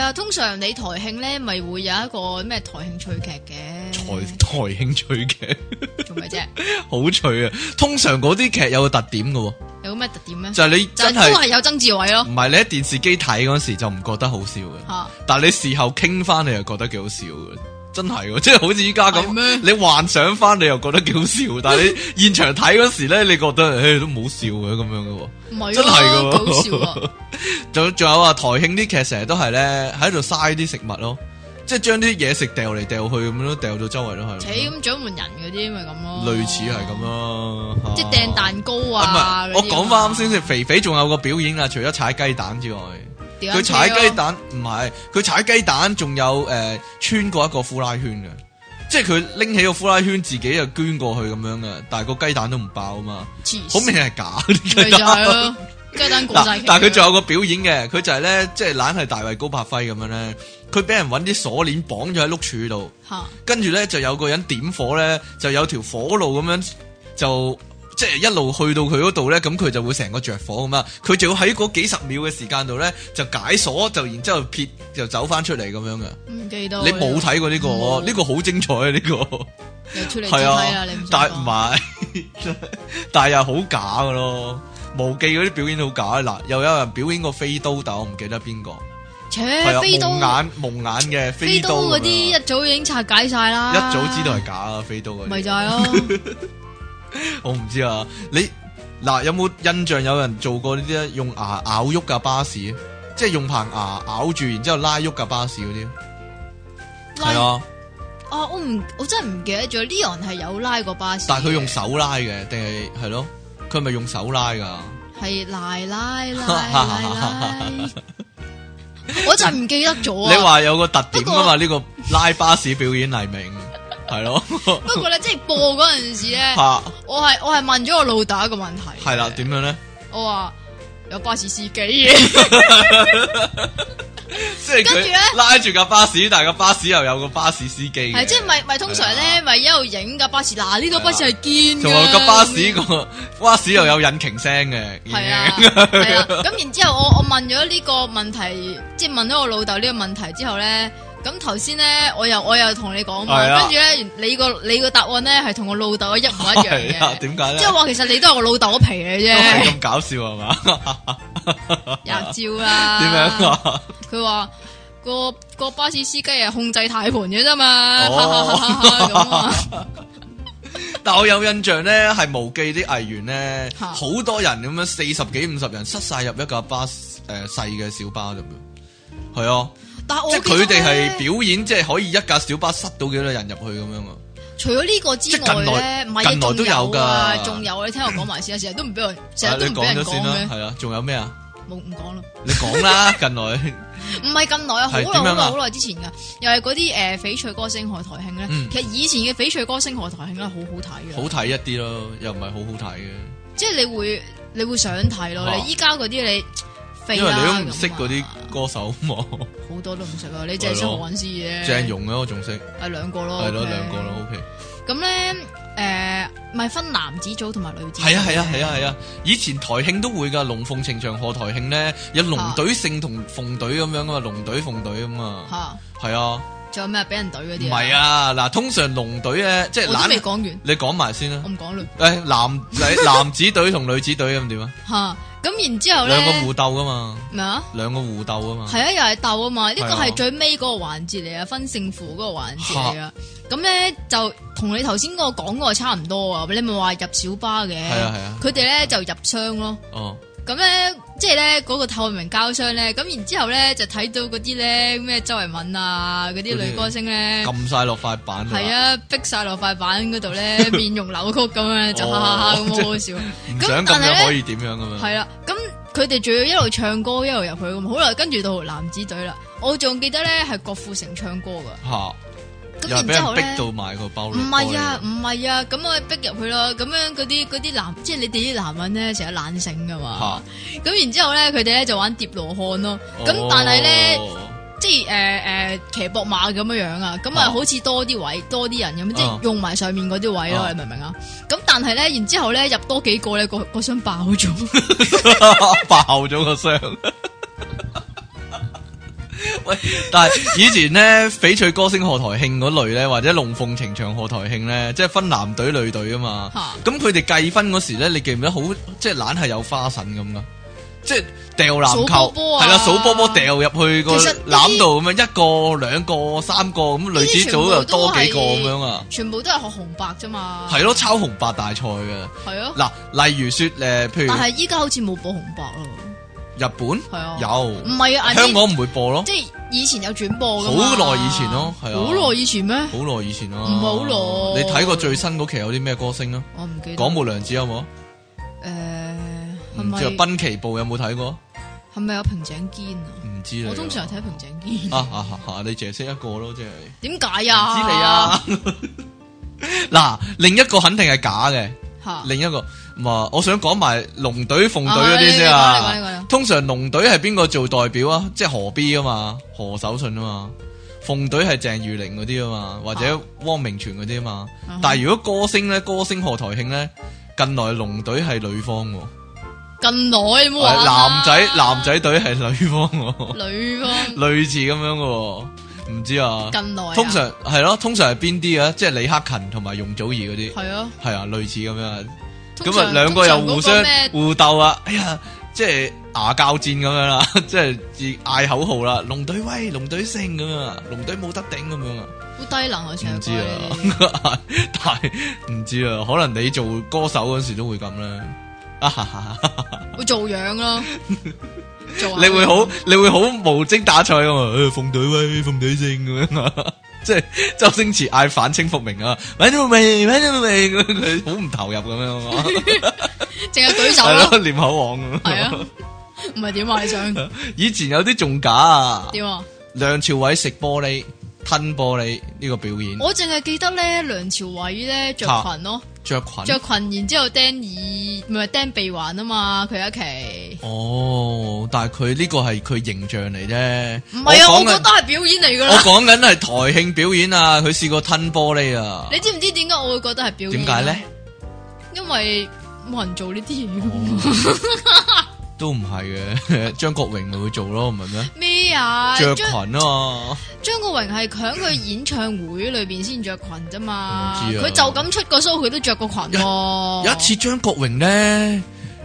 S1: 係啊，通常你台慶咧咪會有一個咩台慶趣劇嘅
S2: 台台慶趣嘅，
S1: 做咩啫？
S2: 好趣啊！通常嗰啲劇有個特點嘅喎，
S1: 有咩特點咧？
S2: 就係你
S1: 嗯就係
S2: 真
S1: 都
S2: 係
S1: 係有曾志偉咯
S2: 唔係你喺電視機睇嗰時就唔覺得好笑嘅，
S1: 嚇，
S2: 但係你事後傾翻你又覺得幾好笑嘅。真係喎，即 係好似依家
S1: 係咩
S2: 咁，你幻想翻你又覺得幾好笑，但係你現場睇嗰時咧，你覺得誒都冇笑嘅咁樣嘅喎。
S1: 唔係
S2: 真係
S1: 咯
S2: 噶，
S1: 搞笑啊！
S2: 仲仲有啊，台慶啲劇成日都係咧喺度嘥啲食物咯，即係將啲嘢食掉嚟掉去咁樣咯，掉到周圍都
S1: 扯
S2: 係咯，
S1: 咁掌門人嗰啲咪咁咯，
S2: 類似係咁，咯，
S1: 即係
S2: 嚇
S1: 掟蛋糕
S2: 啊
S1: 啊。
S2: 唔
S1: 嗰啲啊
S2: 係，我
S1: 嘛
S2: 講翻啱先，先，肥肥仲有個表演啊，除咗踩雞蛋之外，
S1: 掉
S2: 佢
S1: 緊車咯
S2: 踩雞，蛋唔係，佢踩雞蛋仲有誒穿過一個呼拉圈嘅，即係佢拎起個呼拉圈自己就捐過去咁樣嘅，但係個雞蛋都唔爆 啊嘛，
S1: 黐
S2: 好
S1: 線
S2: 明顯係假啲
S1: 咪
S2: 雞
S1: 就
S2: 蛋
S1: 係。 咯，雞蛋過晒
S2: 嗱
S1: 期，
S2: 但係佢仲有個表演嘅，佢就係咧，即係懶係大衛高柏輝咁樣咧，佢俾人揾啲鎖鏈綁咗喺碌柱度，
S1: 嚇
S2: 跟住咧就有個人點火咧，就有條火路咁樣就即係一路去到佢嗰度咧，咁佢就會成個着火咁啊！佢就要喺嗰幾十秒嘅時間度咧，就解鎖，就然之後撇就走翻出嚟咁樣嘅。
S1: 唔記得
S2: 你冇睇過呢、個？
S1: 哦啊冇
S2: 呢個好精彩啊！呢、個。
S1: 又出嚟
S2: 係啊
S1: 睇啦，你唔
S2: 但
S1: 想
S2: 唔
S1: 講
S2: 係，但係又好假噶咯。無記嗰啲表演好假嗱，又有人表演過飛刀，但我唔記得邊個。係
S1: 切
S2: 啊，
S1: 飛刀
S2: 夢眼夢眼嘅
S1: 飛
S2: 飛
S1: 刀
S2: 刀咁
S1: 嗰
S2: 樣
S1: 啲一早已經拆解晒啦，
S2: 一早知道係假啊，飛刀嗰
S1: 咪
S2: 啲。
S1: 就係咯，
S2: 我唔知啊，你嗱有冇印象有人做過呢啲咧？用牙咬喐架巴士，即係用棚牙咬住，然之後拉喐架巴士嗰啲。 係
S1: 拉
S2: 啊，
S1: 啊我唔我真係唔記得咗，Leon 係有拉過巴士嘅，
S2: 但係佢用手拉嘅，定係係咯？佢係咪用手拉噶？
S1: 係奶奶奶奶奶， 我就唔記得咗
S2: 你
S1: 啊。
S2: 話有個特點噶嘛？
S1: 不過
S2: 呢個拉巴士表演黎明係咯，
S1: 不過咧，即係播嗰陣時咧，
S2: 吓
S1: 我係我係問咗我老豆一個問題，
S2: 係啦，點樣咧？
S1: 我話有巴士司機 嘅，
S2: 即係
S1: 跟住呢
S2: 佢拉住架巴士，但係架巴士又有個巴士司機嘅，
S1: 係即係咪咪通常咧咪一路影架巴士，嗱呢個巴士係堅
S2: 啊仲
S1: 嘅，
S2: 有架巴士個巴士又有引擎聲嘅，已
S1: 嗯
S2: 經
S1: 係啊，係啊，咁然之後我我問咗呢個問題，即係問咗我老豆呢個問題之後咧，咁頭先咧我又我又同你講嘛，
S2: 係啊
S1: 跟住咧原你個你個答案咧係同我老豆一模一樣
S2: 係啊
S1: 嘅，
S2: 點解咧
S1: 即係話其實你都係我老豆皮嚟
S2: 都 係
S1: 啫，
S2: 咁搞笑啊係嘛？
S1: 吔招啦。
S2: 點樣？啊？
S1: 佢話個個巴士司機係控制軚盤嘅啫嘛，哈哈
S2: 哦
S1: 哈哈哈咁啊，
S2: 但我有印象咧，係無記啲藝員咧，
S1: 嚇
S2: 好多人咁樣四十幾五十人塞晒入一架巴士誒細嘅小巴咁樣，係啊。
S1: 但係我
S2: 即係
S1: 哦
S2: 佢哋係
S1: 記得呢
S2: 表演，即係可以一架小巴塞到幾多人入去咁樣啊！
S1: 除咗呢個之
S2: 即
S1: 外
S2: 係近
S1: 咧，
S2: 來
S1: 唔係啊
S2: 近來都有
S1: 仲有啊，
S2: 㗎
S1: 仲有啊你聽我講埋先啊，成日都唔俾我，成
S2: 啊
S1: 日
S2: 你
S1: 都唔俾
S2: 講
S1: 人
S2: 咗
S1: 講
S2: 先啦，
S1: 嘅，
S2: 係啊，仲有咩啊？
S1: 冇唔講啦。
S2: 你 講啦，近來
S1: 唔係咁耐啊，好
S2: 係
S1: 耐好
S2: 點樣
S1: 耐
S2: 啊
S1: 好耐之前噶，又係嗰啲誒翡翠歌星賀台慶咧。
S2: 嗯
S1: 其實以前嘅翡翠歌星賀台慶咧，好好睇嘅，
S2: 好睇一啲咯，又唔係好好睇嘅，
S1: 即係你會你會想睇咯。
S2: 啊
S1: 你依家嗰啲你肥
S2: 因為
S1: 啦
S2: 你都唔識
S1: 咁啊
S2: 嗰啲歌手啊嘛。
S1: 好多都唔識啊。你淨係識何韻詩嘅啫，
S2: 鄭融啊嘅我仲識，
S1: 係兩個咯，
S2: 係咯
S1: 哦 OK
S2: 兩個咯。，OK。
S1: 咁咧誒，咪分男子組同埋女子組嘅。
S2: 係啊係啊係啊係啊！以前台慶都會㗎，龍鳳呈祥賀台慶咧，有龍隊勝同鳳隊咁樣啊嘛，龍隊鳳隊咁啊，
S1: 嚇，
S2: 係啊，
S1: 仲有咩俾人懟嗰
S2: 唔
S1: 啲？
S2: 係，啊，嗱，通常龍隊咧即係
S1: 我都未
S2: 懶，
S1: 講完，
S2: 你講埋先啦
S1: 我。唔講啦
S2: 誒，男男子隊同女子隊咁 點啊？
S1: 嚇。咁然之後咧，
S2: 兩個互鬥噶嘛，
S1: 咩啊？
S2: 兩個互鬥噶嘛。
S1: 係啊，又係鬥啊嘛，呢個
S2: 係
S1: 係
S2: 啊
S1: 最尾嗰個環節嚟啊，分勝負嗰個環節嚟啊。咁咧就同你頭先嗰個講嗰個差唔多啊，你咪話入小巴嘅，
S2: 係啊係啊
S1: 佢哋咧就入箱咯。
S2: 哦，
S1: 咁咧即係咧嗰個透明膠箱咧，咁然之後咧就睇到嗰啲咧咩周慧敏啊嗰啲
S2: 嗰啲
S1: 女歌星咧，
S2: 撳晒落塊板度。
S1: 係，啊逼晒落塊板嗰 度咧，面容扭曲咁樣就哈哈哈咁好好笑。啊
S2: 唔
S1: 咁
S2: 想咁
S1: 但哦係
S2: 樣
S1: 呢
S2: 可以點樣咁樣？
S1: 嗯係啦，咁佢哋仲要一路唱歌一路入去咁，好啦，跟住到男子隊啦，我仲記得咧係郭富城唱歌噶，咁
S2: 嚇，又係
S1: 然
S2: 俾
S1: 之後
S2: 人
S1: 咧，
S2: 逼到埋個包裏。
S1: 唔係啊，唔係啊，咁我逼入去咯，咁樣嗰啲嗰啲男，即係你哋啲男人咧成日懶醒噶
S2: 啊
S1: 嘛，咁然之後咧佢哋咧就玩疊羅漢咯，
S2: 玻璃，
S1: 咁但係咧
S2: 哦，
S1: 即係誒誒騎膊馬咁樣樣啊，咁啊
S2: 啊
S1: 好似多啲位多啲人咁，即
S2: 啊
S1: 係用埋上面嗰啲位咯，
S2: 啊
S1: 你明唔明啊？咁但係咧，然之後咧入多幾個咧，個個箱爆咗。
S2: 爆咗個箱。喂，但係以前咧，翡翠歌星賀台慶嗰類咧，或者龍鳳呈祥賀台慶咧，即係分男隊女隊啊嘛
S1: 嚇。
S2: 咁佢哋計分嗰時咧，你記唔記得好即係懶係有花神咁噶？即係掉籃
S1: 數波
S2: 球，
S1: 波啊
S2: 係啦，數波波掉入去個
S1: 其實呢啲
S2: 籃度咁樣，一個、兩個、三個咁，女
S1: 呢啲
S2: 子組
S1: 全部
S2: 又多
S1: 都係
S2: 幾個咁樣啊。
S1: 全部都係學紅白啫嘛。
S2: 係咯，抄紅白大賽嘅。
S1: 係啊，
S2: 嗱，例如說誒，
S1: 但
S2: 譬如
S1: 係依家好似冇播紅白咯，
S2: 日本
S1: 係啊，
S2: 有
S1: 唔。係啊？
S2: 哦香
S1: 香港
S2: 港唔會播咯，
S1: 即係以前有轉播噶
S2: 好耐以前咯係啊
S1: 好耐以前咩？
S2: 好耐以前咯，
S1: 唔係好耐
S2: 你睇過最新嗰期有啲咩歌星啊？
S1: 我唔記得。
S2: 廣木良子有冇？
S1: 誒，係
S2: 唔
S1: 咪
S2: 知啊，濱崎步有冇睇過？
S1: 係咪有平井堅啊？
S2: 唔知你啊
S1: 我通常係睇平井堅，
S2: 啊啊啊！啊你淨係識一個咯，即係
S1: 點解
S2: 唔
S1: 啊？
S2: 知你啊！ 嗱，另一個肯定係假嘅，
S1: 嚇！
S2: 另一個唔啊，我想講埋龍隊、鳳隊嗰啲先
S1: 啊你講你講你
S2: 啊
S1: 講。
S2: 通常龍隊係邊個做代表啊？即係何 B 啊嘛，何守信啊嘛。鳳隊係鄭裕玲嗰啊
S1: 啊
S2: 啲啊嘛，或者汪明荃嗰啲啊嘛。但係如果歌星咧，歌星賀台慶咧，近來龍隊係女方喎，
S1: 近耐你冇啊
S2: 係
S1: 話
S2: 男仔男仔隊係女方喎，
S1: 女方
S2: 類似咁樣嘅喎，唔知啊。
S1: 近耐啊
S2: 通常係咯，通常係邊啲啊？即係李克勤同埋容祖兒嗰啲，
S1: 係啊，
S2: 係啊，類似咁樣啊。
S1: 通
S2: 咁啊，
S1: 常
S2: 兩個又
S1: 通常嗰
S2: 互相
S1: 咩
S2: 互鬥啊！哎呀，即係牙交戰咁樣啦， 即係自嗌口號啦，龍隊威，龍隊勝咁樣啊，龍隊冇得頂咁樣啊，
S1: 好低能啊，成
S2: 唔
S1: 日
S2: 知
S1: 講呢啲
S2: 啊，但係唔知啊，可能你做歌手嗰時都會咁啦。啊哈哈哈
S1: 會做樣咯，做下
S2: 你會好，你會好無精打采咁啊！ 誒鳳隊威，鳳隊勝咁樣啊！ 即係周星馳嗌反清復明啊！揾到未？揾到未？咁樣佢好唔投入咁 樣啊！
S1: 淨係舉手
S2: 係
S1: 咯，
S2: 咯，念口簧咁。
S1: 係啊，唔係點啊？你 想
S2: 以前有啲仲假啊，
S1: 點啊？
S2: 梁朝偉食玻璃、吞玻璃呢個表演，
S1: 我淨係記得咧，梁朝偉咧着裙咯，
S2: 着裙
S1: 着裙，然之後釘耳，唔係釘鼻環啊嘛，佢有一期。
S2: 哦，但係佢呢個係佢形象嚟啫。
S1: 唔係啊，我
S2: 講
S1: 覺
S2: 緊
S1: 得係表演嚟噶
S2: 我
S1: 啦。
S2: 講緊係台慶表演啊，佢試過吞玻璃啊。
S1: 你知唔知點解我會覺得係表演？
S2: 點解咧？？
S1: 因為冇人做呢啲嘢。
S2: 哦都唔係嘅， 張國榮咪會做咯，唔係咩？
S1: 咩啊？
S2: 着
S1: 張
S2: 裙啊嘛，
S1: 張國榮係響佢演唱會裏邊先着裙啫嘛。
S2: 唔知啊
S1: 佢就咁出個 show，佢都着個裙喎。
S2: 有一次張國榮咧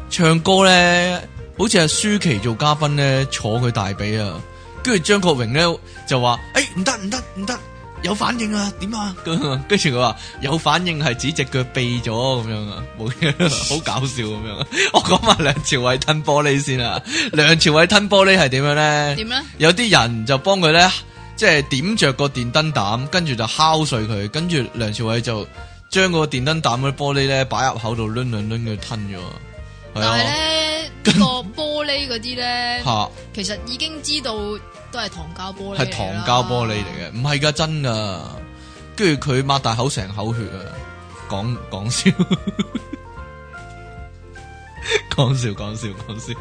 S2: 唱歌咧，好似係舒淇做嘉賓咧，坐佢大髀啊，跟住張國榮咧就話：，誒唔得唔得唔得，有反應啊，點啊？ 咁樣跟住佢話有反應係指只腳痹咗咁樣啊，冇嘢，好搞笑咁樣。我講埋梁朝偉吞玻璃先啊，梁朝偉吞玻璃係點樣咧？
S1: 點咧？
S2: 有啲人就幫佢咧，即係點着個電燈膽，跟住就敲碎佢，跟住梁朝偉就將個電燈膽嘅玻璃咧擺入口度，攣兩攣佢吞咗。係
S1: 但係
S2: 啊，
S1: 咧呢個玻璃嗰啲 咧，
S2: 吓
S1: 其實已經知道都係糖膠玻璃嚟啦。
S2: 係糖膠玻璃嚟嘅，唔係噶真噶。跟住佢擘大口成口血啊！講講笑， 講笑講笑講笑。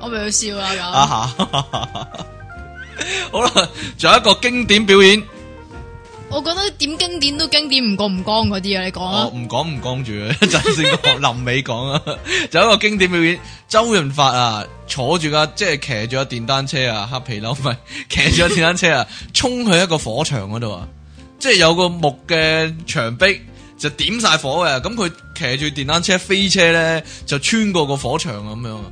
S1: 我咪要笑啦咁。
S2: 啊哈！好啦，仲有一個經典表演。
S1: 我覺得點經典都經典唔過吳剛嗰啲啊，你講
S2: 我
S1: 啊。
S2: 哦唔講唔講住 啊，一陣先講，臨尾講啊。 就有一個經典表演，周潤發啊，坐住架即係騎住架電單車啊，黑皮褸咪 騎住架電單車啊，衝去一個火場嗰度啊，即係有個木嘅牆壁就點晒火嘅，咁佢騎住電單車飛車咧，就穿過個火場咁樣啊，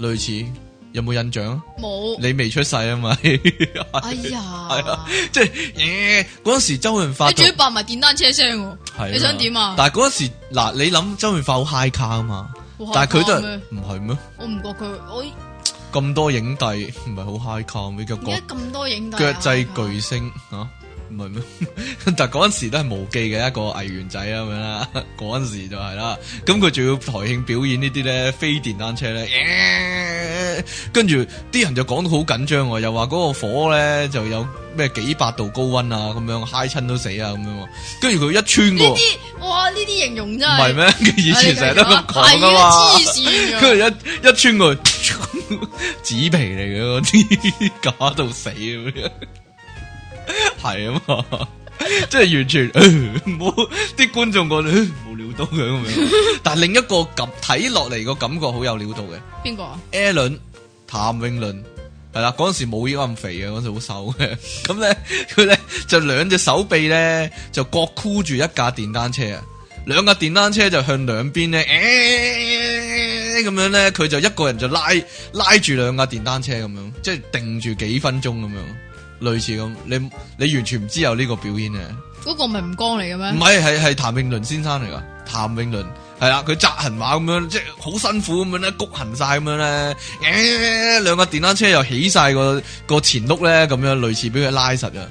S2: 類似有冇印象啊？
S1: 冇。
S2: 你未出世啊嘛，
S1: 哎呀，
S2: 係啊 即係耶嗰陣時周潤發
S1: 你仲
S2: 仲
S1: 要扮埋電單車聲喎。
S2: 係啊
S1: 你想點啊
S2: 但係嗰陣時嗱，你諗周潤發好 high 卡啊嘛，
S1: 好
S2: 但係佢都
S1: 開心
S2: 係
S1: 啊
S2: 唔係咩？
S1: 我唔覺佢，我點
S2: 咁多影帝唔係好 high 卡咩？叫國
S1: 解咁多影帝
S2: 腳
S1: 啊
S2: 際巨星嚇，唔係咩？ 但係嗰陣時都係無記嘅一個藝員仔啊咁樣啦， 嗰陣時就係啦。咁佢仲要台慶表演呢啲咧，飛電單車咧，耶 跟住啲人就講到好緊張喎，又話嗰個火咧就有咩幾百度高溫啊，咁樣嗨親都死啊咁樣喎。跟住佢一穿
S1: 呢
S2: 過，唔
S1: 啲哇呢啲形容真係
S2: 係咩？佢以前成日都咁講
S1: 係
S2: 噶
S1: 啊
S2: 嘛。
S1: 黐線啊
S2: 跟住
S1: 㗎
S2: 一一穿過去， 紙皮嚟嘅嗰啲，假到死咁樣，係啊嘛，即係完全 呃冇啲觀眾覺得 呃冇料到佢咁樣。但係另一個感睇落嚟個感覺好有料到嘅
S1: 邊個啊？
S2: ，Alan 譚詠麟係啦，嗰陣時冇依家咁肥嘅，啊嗰陣時好瘦嘅。 咁咧佢咧就兩隻手臂咧就各箍住一架電單車啊，兩架電單車就向兩邊咧，誒 咁樣咧，佢就一個人就拉拉住兩架電單車咁樣，即係定住幾分鐘咁樣，類似咁。你你完全唔知有呢個表演啊嘅。
S1: 嗰個唔係吳剛嚟嘅
S2: 唔
S1: 咩？
S2: 係，係係譚詠麟先生嚟噶，譚詠麟係啦，佢扎行馬咁樣，即係好辛苦咁樣咧，谷行晒咁樣咧，誒、兩個電單車又起晒個個前轆咧，咁樣類似俾佢拉實啊。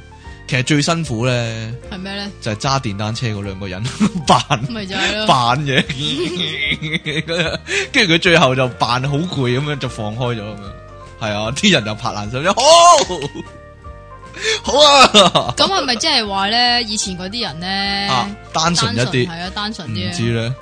S2: 其實最辛苦咧
S1: 係咩咧？
S2: 就係揸電單車嗰兩個人 扮
S1: 咪就係咯。
S2: 扮嘢， 跟住佢最後就扮好攰咁樣就放開咗咁樣，係啊，啲人就拍爛手掌，好，好啊，
S1: 咁係咪即係話咧？以前嗰啲人咧
S2: 啊，單純一啲。
S1: 係啊，單純
S2: 唔
S1: 啲啊。
S2: 知咧，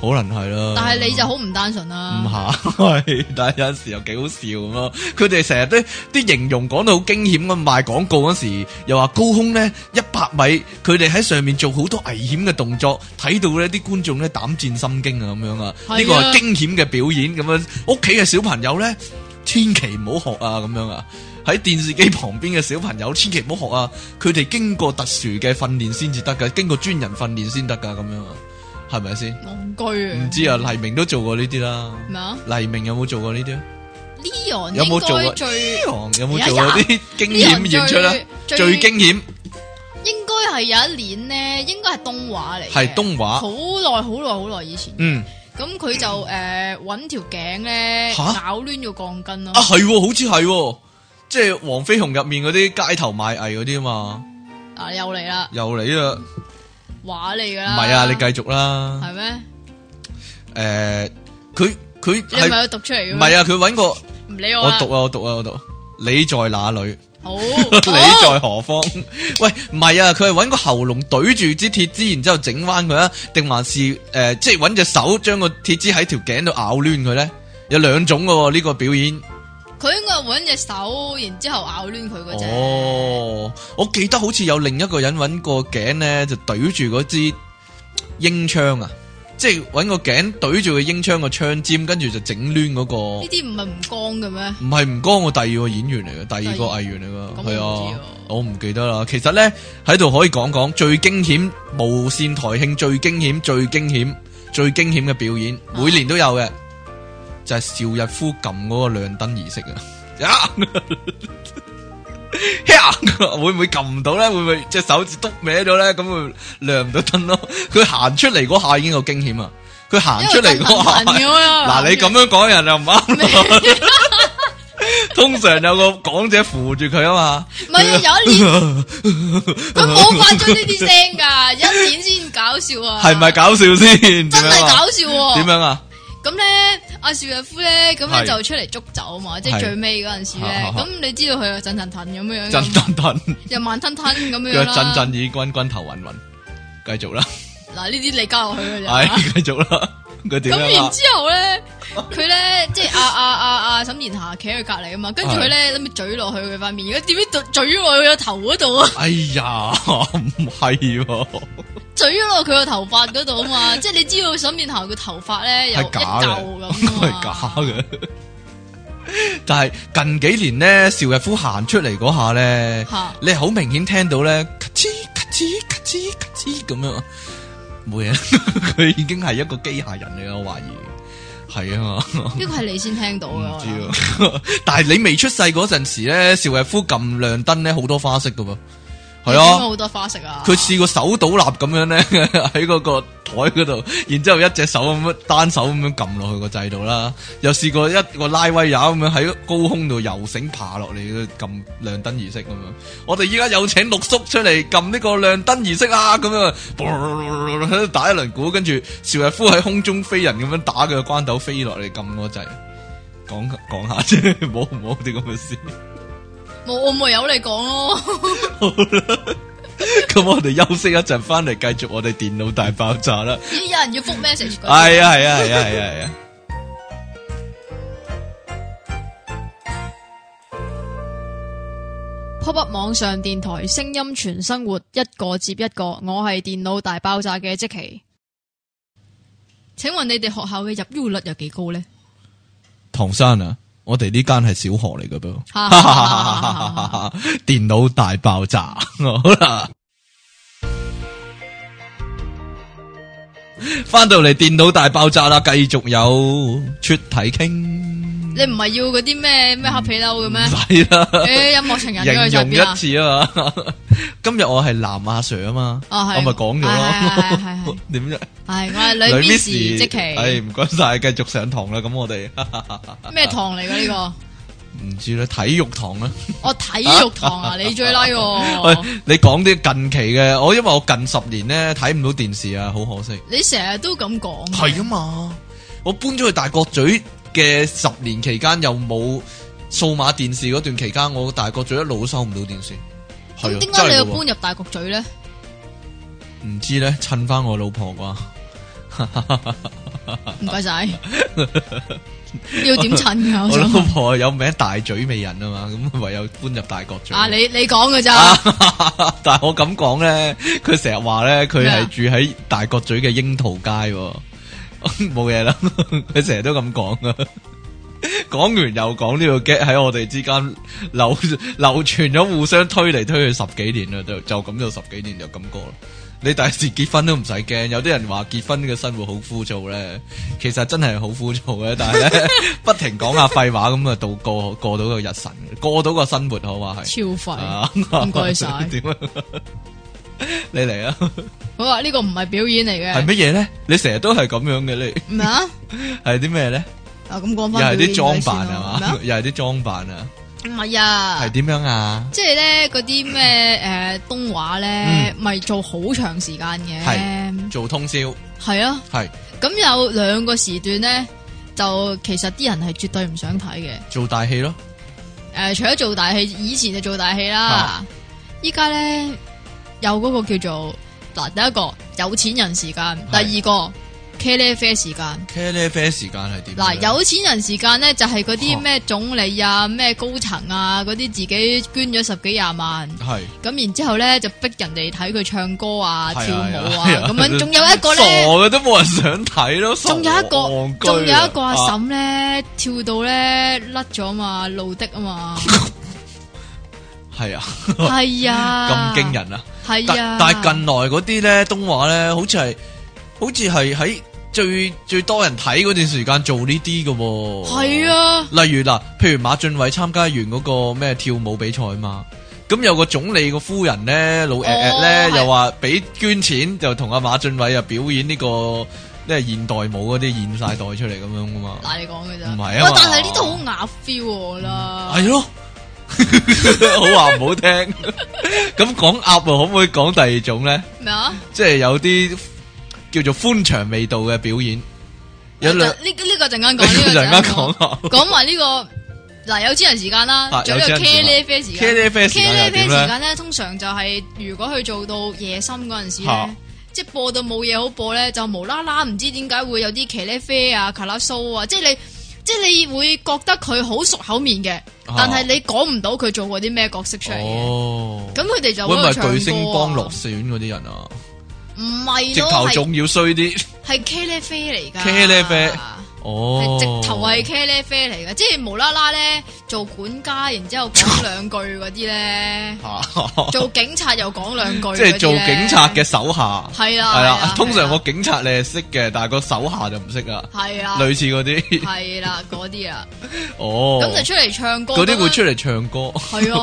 S2: 可能係啦。
S1: 但係你就好唔單純啊
S2: 唔
S1: 啦。
S2: 係，但係有陣時又幾好笑咁咯。佢哋成日都啲形容講到好驚險咁賣廣告嗰時，又話高空咧一百米，佢哋喺上面做好多危險嘅動作，睇到呢啲觀眾咧膽戰心驚啊咁樣啊。
S1: 係啊
S2: 呢個係驚險嘅表演咁樣，屋企嘅小朋友咧千祈唔好學啊咁樣啊。喺電視機旁邊嘅小朋友千祈唔好學啊，佢哋經過特殊嘅訓練先至得㗎，經過專人訓練先得㗎咁樣啊，係咪先？
S1: 戇居啊！
S2: 唔知啊，黎明都做過呢啲啦。
S1: 咩啊
S2: 黎明有冇做過呢啲啊？
S1: ？Leon
S2: 有冇做
S1: 應
S2: 過
S1: 該最
S2: Leon 有冇做過啲驚
S1: Leon
S2: 險演出咧？
S1: 最
S2: 最驚險
S1: 應該係有一年咧，應該係東畫嚟嘅，
S2: 係東
S1: 好
S2: 畫，
S1: 耐好耐好耐以前。
S2: 嗯
S1: 咁佢就诶搵條頸咧
S2: 吓
S1: 咬攣咗鋼筋咯
S2: 啊，係喎，好似係喎，即係黃飛鴻入面嗰啲街頭賣藝嗰啲啊嘛，
S1: 啊又嚟啦，
S2: 又嚟啦，
S1: 話你噶
S2: 唔
S1: 啦，
S2: 係啊，你繼續啦，
S1: 係咩？
S2: 誒，佢佢
S1: 你唔係
S2: 係
S1: 有讀出嚟嘅咩
S2: 唔係啊？佢揾個
S1: 唔理我
S2: 我
S1: 啦
S2: 讀啊，我讀啊，我讀，你在哪裏？
S1: 好，
S2: 你
S1: 好
S2: 在何方？喂，唔係啊，佢係揾個喉嚨懟住支鐵枝，然之後整彎佢啊，定還是誒、呃即係揾隻手將個鐵枝喺條頸度咬攣佢咧？有兩種嘅喎，呢、個表演。
S1: 佢應該揾隻手，然之後咬攣佢嗰隻。
S2: 哦，我記得好似有另一個人揾個頸咧，就懟住嗰支英槍啊，即係揾個頸懟住個英槍個槍尖，跟住就整攣嗰個。
S1: 呢啲唔係唔光嘅咩？
S2: 唔係吳江，我第二個演員嚟嘅，第二個
S1: 第二
S2: 藝員嚟
S1: 咁我唔
S2: 嘅，係
S1: 知啊，
S2: 啊我唔記得啦。其實呢，喺度可以講講最驚險無線台慶最驚險最驚險最驚險嘅表演，
S1: 啊
S2: 每年都有嘅，就係邵逸夫撳嗰個亮燈儀式啊！ 呀呀 會唔會撳唔到呢？會唔會隻手指篤歪咗呢？咁會亮唔到燈咯？佢行出嚟嗰下已經有驚險啊！佢行
S1: 因
S2: 出
S1: 為
S2: 嚟嗰下
S1: 咁。頻咁樣
S2: 嗱，你咁樣講人又唔啱啦。通常有個港姐扶住佢啊嘛，
S1: 唔係 有一年佢冇發出呢啲聲㗎，一年先搞笑啊！
S2: 係咪？搞笑先？點
S1: 真
S2: 樣
S1: 係
S2: 啊？
S1: 搞笑喎！
S2: 點樣啊？
S1: 咁咧，阿邵逸夫咧，咁
S2: 係
S1: 咧就出嚟捉走啊嘛，即
S2: 係
S1: 係最尾嗰陣時咧
S2: 啊啊，啊
S1: 咁你知道佢又震震騰咁樣樣
S2: 震
S1: 㗎嘛，
S2: 震震，
S1: 又慢吞吞咁樣
S2: 腳
S1: 樣啦。
S2: 震震耳君君頭暈暈，繼續啦，
S1: 嗱，呢啲你加落去嘅啫。
S2: 係繼續啦，佢點
S1: 啊咁
S2: 樣
S1: 然
S2: 啊？
S1: 之後咧，佢咧即係阿阿阿阿沈殿霞企喺佢隔離啊嘛，跟住佢咧諗住嘴落去佢塊面，而家點知嘴落去佢個頭嗰度啊，
S2: 哎呀，唔係喎，
S1: 嘴落佢個頭髮嗰度啊 嘛，即係你知道沈殿霞個頭髮咧有一
S2: 係假
S1: 嚿啊
S2: 嘅，應
S1: 咁
S2: 該
S1: 啊
S2: 係假嘅。 但係近幾年咧，邵逸夫行出嚟嗰下咧。
S1: 嚇
S2: 你係好明顯聽到咧，咔吱咔吱咔吱咔吱咁樣，冇嘢， 佢已經係一個機械人嚟嘅，我懷疑係啊嘛，
S1: 呢個係你先聽到
S2: 唔
S1: 嘅。
S2: 知啊。 但係你未出世嗰陣時咧，邵逸夫撳亮燈咧好多花式噶喎，
S1: 我諗你點
S2: 係
S1: 解
S2: 啊，
S1: 好多花式啊！
S2: 佢試過手倒立咁樣咧 喺嗰個台嗰度，然之後一隻手咁樣單手咁樣撳落去個掣度啦，又試過一個拉威也咁樣喺高空度游繩爬落嚟撳亮燈儀式咁樣。我哋依家有請六叔出嚟撳呢個亮燈儀式啦，咁樣喺度 打一輪鼓，跟住邵逸夫喺空中飛人咁樣打佢個關斗飛落嚟撳個掣。講講下啫， 冇冇啲咁嘅事。
S1: 冇我咪由你講 咯，
S2: 咁我哋休息一陣，翻嚟繼續我哋電腦大爆炸啦。
S1: 咦有人要覆 message 嗰啲
S2: 系啊系啊系啊系啊系啊！
S1: pop up 网上电台，声音全生活，一个接一个。我系电脑大爆炸嘅即奇。请问你哋学校嘅入 U 率有几高呢？
S2: 唐生啊，我哋呢间系小学嚟噶噃。
S1: 哈哈哈哈哈哈哈哈
S2: 电脑大爆炸，好啦。翻到嚟电脑大爆炸啦，继续有出體倾，
S1: 你唔系要嗰啲咩咩黑皮褸嘅
S2: 唔
S1: 咩？
S2: 使啦，
S1: 诶，音乐情人嗰
S2: 形
S1: 去
S2: 容
S1: 边
S2: 一
S1: 啊？
S2: 次啊嘛。 今日我係南亞 Sir 啊嘛，
S1: 哦係
S2: 我咪講咗
S1: 係係係
S2: 咯
S1: 係，
S2: 點啫？
S1: 系我系女 miss 即
S2: 唉，
S1: 奇，
S2: 唔該晒，繼續上堂啦。咁我哋
S1: 咩堂嚟嘅呢 個？
S2: 唔知啦，體育堂啊啦。
S1: 我體育堂啊，你最 like
S2: 喂
S1: 喎！，
S2: 你講啲近期嘅，我因為我近十年咧睇唔到電視啊，好可惜。
S1: 你成日都咁講，
S2: 係啊嘛，我搬咗去大角咀嘅十年期間，又冇數碼電視嗰段期間，我大角咀一路都收唔到電視。係
S1: 咁
S2: 啊，
S1: 點
S2: 真
S1: 解
S2: 係
S1: 你要
S2: 㗎喎
S1: 搬入大角咀咧？
S2: 唔知咧，襯翻我老婆啩？
S1: 唔該 晒。要點襯噶？我
S2: 我
S1: 想
S2: 老
S1: 問
S2: 婆有名大嘴美人啊嘛，咁唯有搬入大角咀。
S1: 啊，你你讲噶咋？
S2: 啊！ 但系我咁講咧，佢成日話咧，佢
S1: 咩
S2: 係
S1: 啊
S2: 住喺大角咀嘅櫻桃街喎， 冇嘢啦。 佢成日都咁講噶， 講完又講呢個 get 喺我哋之間流流傳咗，互相推嚟推去十幾年啦，就就咁就十幾年就咁過啦。你第時結婚都唔使驚，有啲人話結婚嘅生活好枯燥咧，其實真係好枯燥嘅，但係咧 不停講下廢話咁啊，到過過到個日神，過到個生活好嘛係。
S1: 超廢。
S2: 啊，
S1: 唔 該晒
S2: 點啊？你嚟啊？
S1: 好啊，呢個唔係表演嚟
S2: 係
S1: 嘅，
S2: 乜嘢咧？你成日都係咁樣嘅，你
S1: 咩啊？
S2: 係啲咩咧？
S1: 啊咁講
S2: 又
S1: 翻表
S2: 係
S1: 演
S2: 啲裝
S1: 嗰
S2: 扮
S1: 先
S2: 啊
S1: 咯
S2: 嘛？又係啲裝扮啊？
S1: 咩啊？唔係啊，
S2: 係點樣啊？
S1: 即系咧嗰啲咩诶東話
S2: 嗯
S1: 咧，咪、做好長時間嘅，
S2: 做通宵
S1: 係啊。
S2: 係
S1: 咁有兩個時段咧，就其實啲人係絕對唔想睇嘅。
S2: 做大戲咯，
S1: 诶、除咗做大戲，以前就做大戲啦
S2: 啊，
S1: 依家咧有嗰個叫做嗱，第一個有錢人時間，第
S2: 係
S1: 二個茄喱啡時間。
S2: 茄喱啡時間係點嘅
S1: 嗱，
S2: 呢？
S1: 有錢人時間咧就係嗰啲
S2: 哦
S1: 咩總理啊、咩高層啊嗰啲自己捐咗十幾廿萬。
S2: 係
S1: 咁然之後咧就逼人哋睇佢唱歌啊、
S2: 係啊
S1: 跳舞啊，
S2: 係啊
S1: 咁 樣仲有一個
S2: 傻
S1: 咧，
S2: 嘅都冇人想睇咯，
S1: 仲有一個，
S2: 個
S1: 仲有一
S2: 啊 Ờ,
S1: 個阿嬸咧跳到咧甩咗嘛，露的啊嘛，
S2: 係啊，
S1: 係啊，
S2: 咁驚，人啊！
S1: 係啊
S2: 但，但係近來嗰啲咧，東華咧，好似係好似係喺最最多人睇嗰段時間做呢啲嘅喎。
S1: 係。啊，
S2: 例如嗱，譬如馬俊偉參加完嗰個咩跳舞比賽嘛，咁有個總理個夫人咧，老 at at 咧
S1: 哦係
S2: 又話俾捐錢，就同阿馬俊偉又啊表演呢、個咧現代舞嗰啲現晒袋出嚟咁樣噶嘛，
S1: 嗱你講嘅咋，
S2: 唔係啊
S1: 哇
S2: 嘛
S1: 但係呢度好雅 feel 啦，
S2: 係啊咯， 好話唔好聽，咁講鴨啊，可唔可以講第二種咧？
S1: 咩啊？
S2: 即係有啲叫做寬場味道嘅表演，有兩
S1: 呢呢個 陣間
S2: 呢
S1: 講，呢
S2: 個
S1: 個陣
S2: 陣間
S1: 間
S2: 講
S1: 講，
S2: 下。
S1: 講埋呢個嗱有錢人時間啦
S2: 啊，
S1: 仲有呢個
S2: 有
S1: k
S2: 錢人時
S1: e l f 時
S2: 間 K
S1: 間。
S2: 呢啡時
S1: K 呢
S2: 間又
S1: 啡時
S2: 點咧？
S1: 間咧，通常就係如果佢做到夜深嗰陣時
S2: 嚇
S1: 咧，即係播到冇嘢好播咧，就無啦啦唔知點解會有啲茄喱啡啊、卡拉蘇啊，即係你即係你會覺得佢好熟口面嘅，但係你講唔到佢做過啲咩角色出嚟嘅。
S2: 哦，
S1: 咁佢哋就
S2: 會唔
S1: 喺度
S2: 係
S1: 唱歌啊
S2: 巨星幫落選嗰啲人啊？
S1: 唔係
S2: 直
S1: 咯，
S2: 頭
S1: 係
S2: 仲要衰啲。
S1: 係茄喱啡嚟㗎。
S2: 茄喱啡哦，
S1: 係，直頭係茄喱啡嚟㗎，即係無啦啦咧做管家，然之後講兩句嗰啲咧
S2: 嚇
S1: 做警察又講兩句，
S2: 啊即係做警察嘅。手下。
S1: 係啦，
S2: 係
S1: 係
S2: 啦，通常個警察你係識嘅，但係個手下就唔識啊。
S1: 系啦，
S2: 類似嗰啲，
S1: 系啦，嗰啲啊，
S2: 哦，
S1: 咁就出嚟唱歌，
S2: 嗰啲會出嚟唱歌。
S1: 系啊，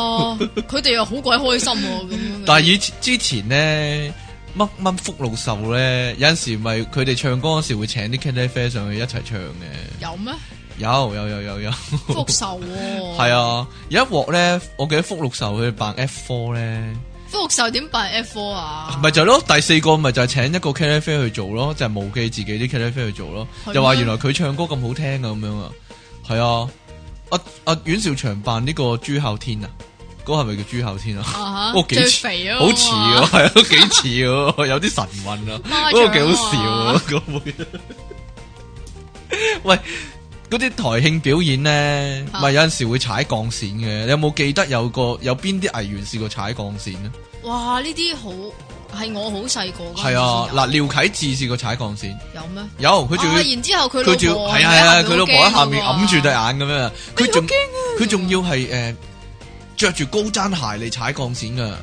S1: 佢哋又好鬼開心喎，咁樣嘅。
S2: 但係以前之前咧，乜乜福禄壽咧，有陣時咪佢哋唱歌嗰時會請啲 c a t f 上去一齊唱嘅。
S1: 有 咩
S2: 有有有有有，
S1: 福壽喎？
S2: 係，啊！有一鑊咧，我記得福禄壽佢扮 F four 咧。
S1: 福壽點辦 F 4啊？
S2: 咪就係咯，第四個咪就係請一個 k a t f 去做咯，就係、無記自己啲 k a t f 去做咯
S1: 係，咩
S2: 就話原來佢唱歌咁好聽啊咁樣啊，係啊，阿阿阮兆祥扮呢個朱孝天啊，嗰個係咪叫朱孝天啊？
S1: 啊
S2: 哇
S1: 吓，
S2: 幾
S1: 最
S2: 似
S1: 肥啊，
S2: 好似喎，係啊，都幾似喎，有啲神韻 啊，
S1: 媽
S2: 嗰
S1: 長
S2: 個幾
S1: 啊
S2: 好笑啊，嗰個會。喂，嗰啲台慶表演咧，
S1: 啊
S2: 咪有陣時會踩鋼線嘅，你有冇記得有個有邊啲藝員試過踩鋼線咧？
S1: 哇，呢啲好係我好細個嗰陣時
S2: 係啊，
S1: 有
S2: 嗱，廖啟智試過踩鋼線。
S1: 有咩？
S2: 有，佢仲要
S1: 啊然之後佢
S2: 佢仲
S1: 老
S2: 要
S1: 婆
S2: 係啊
S1: 喺
S2: 係
S1: 下
S2: 啊，
S1: 面
S2: 佢老婆喺下面揞住對眼咁樣啊，佢仲
S1: 啊
S2: 佢仲要係誒着住高踭鞋嚟踩鋼線噶，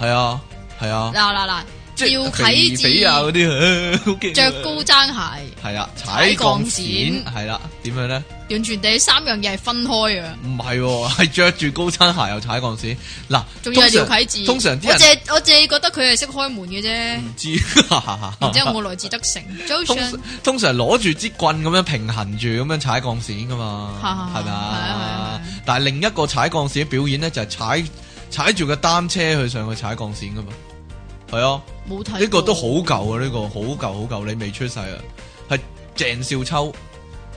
S2: 係啊係啊，
S1: 嗱嗱嗱，
S2: 即係
S1: 廖啟智
S2: 肥肥啊嗰啲， 好驚啊
S1: 着高踭鞋，
S2: 係啊，踩
S1: 踩
S2: 鋼
S1: 鋼
S2: 線
S1: 線
S2: 係啦，點樣咧？
S1: 完全地三樣嘢係分開啊嘅。
S2: 唔係喎，係着住高踭鞋又踩鋼線嗱，
S1: 仲要係廖
S2: 通常
S1: 啟智，
S2: 通常啲
S1: 我
S2: 人
S1: 淨我淨係覺得佢係識開門嘅啫。
S2: 唔知
S1: 然。之後我來自德城
S2: 啊通
S1: ，Johnson
S2: 通常攞住支棍咁樣平衡住咁樣踩鋼線噶嘛，
S1: 係
S2: 係咪
S1: 係
S2: 啊
S1: 啊係？
S2: 但係另一個踩鋼線嘅表演咧，就係踩踩住個單車去上去踩鋼線噶嘛，係啊，
S1: 冇睇過
S2: 呢個都好舊啊，呢個好舊好舊，你未出世啊，係鄭少秋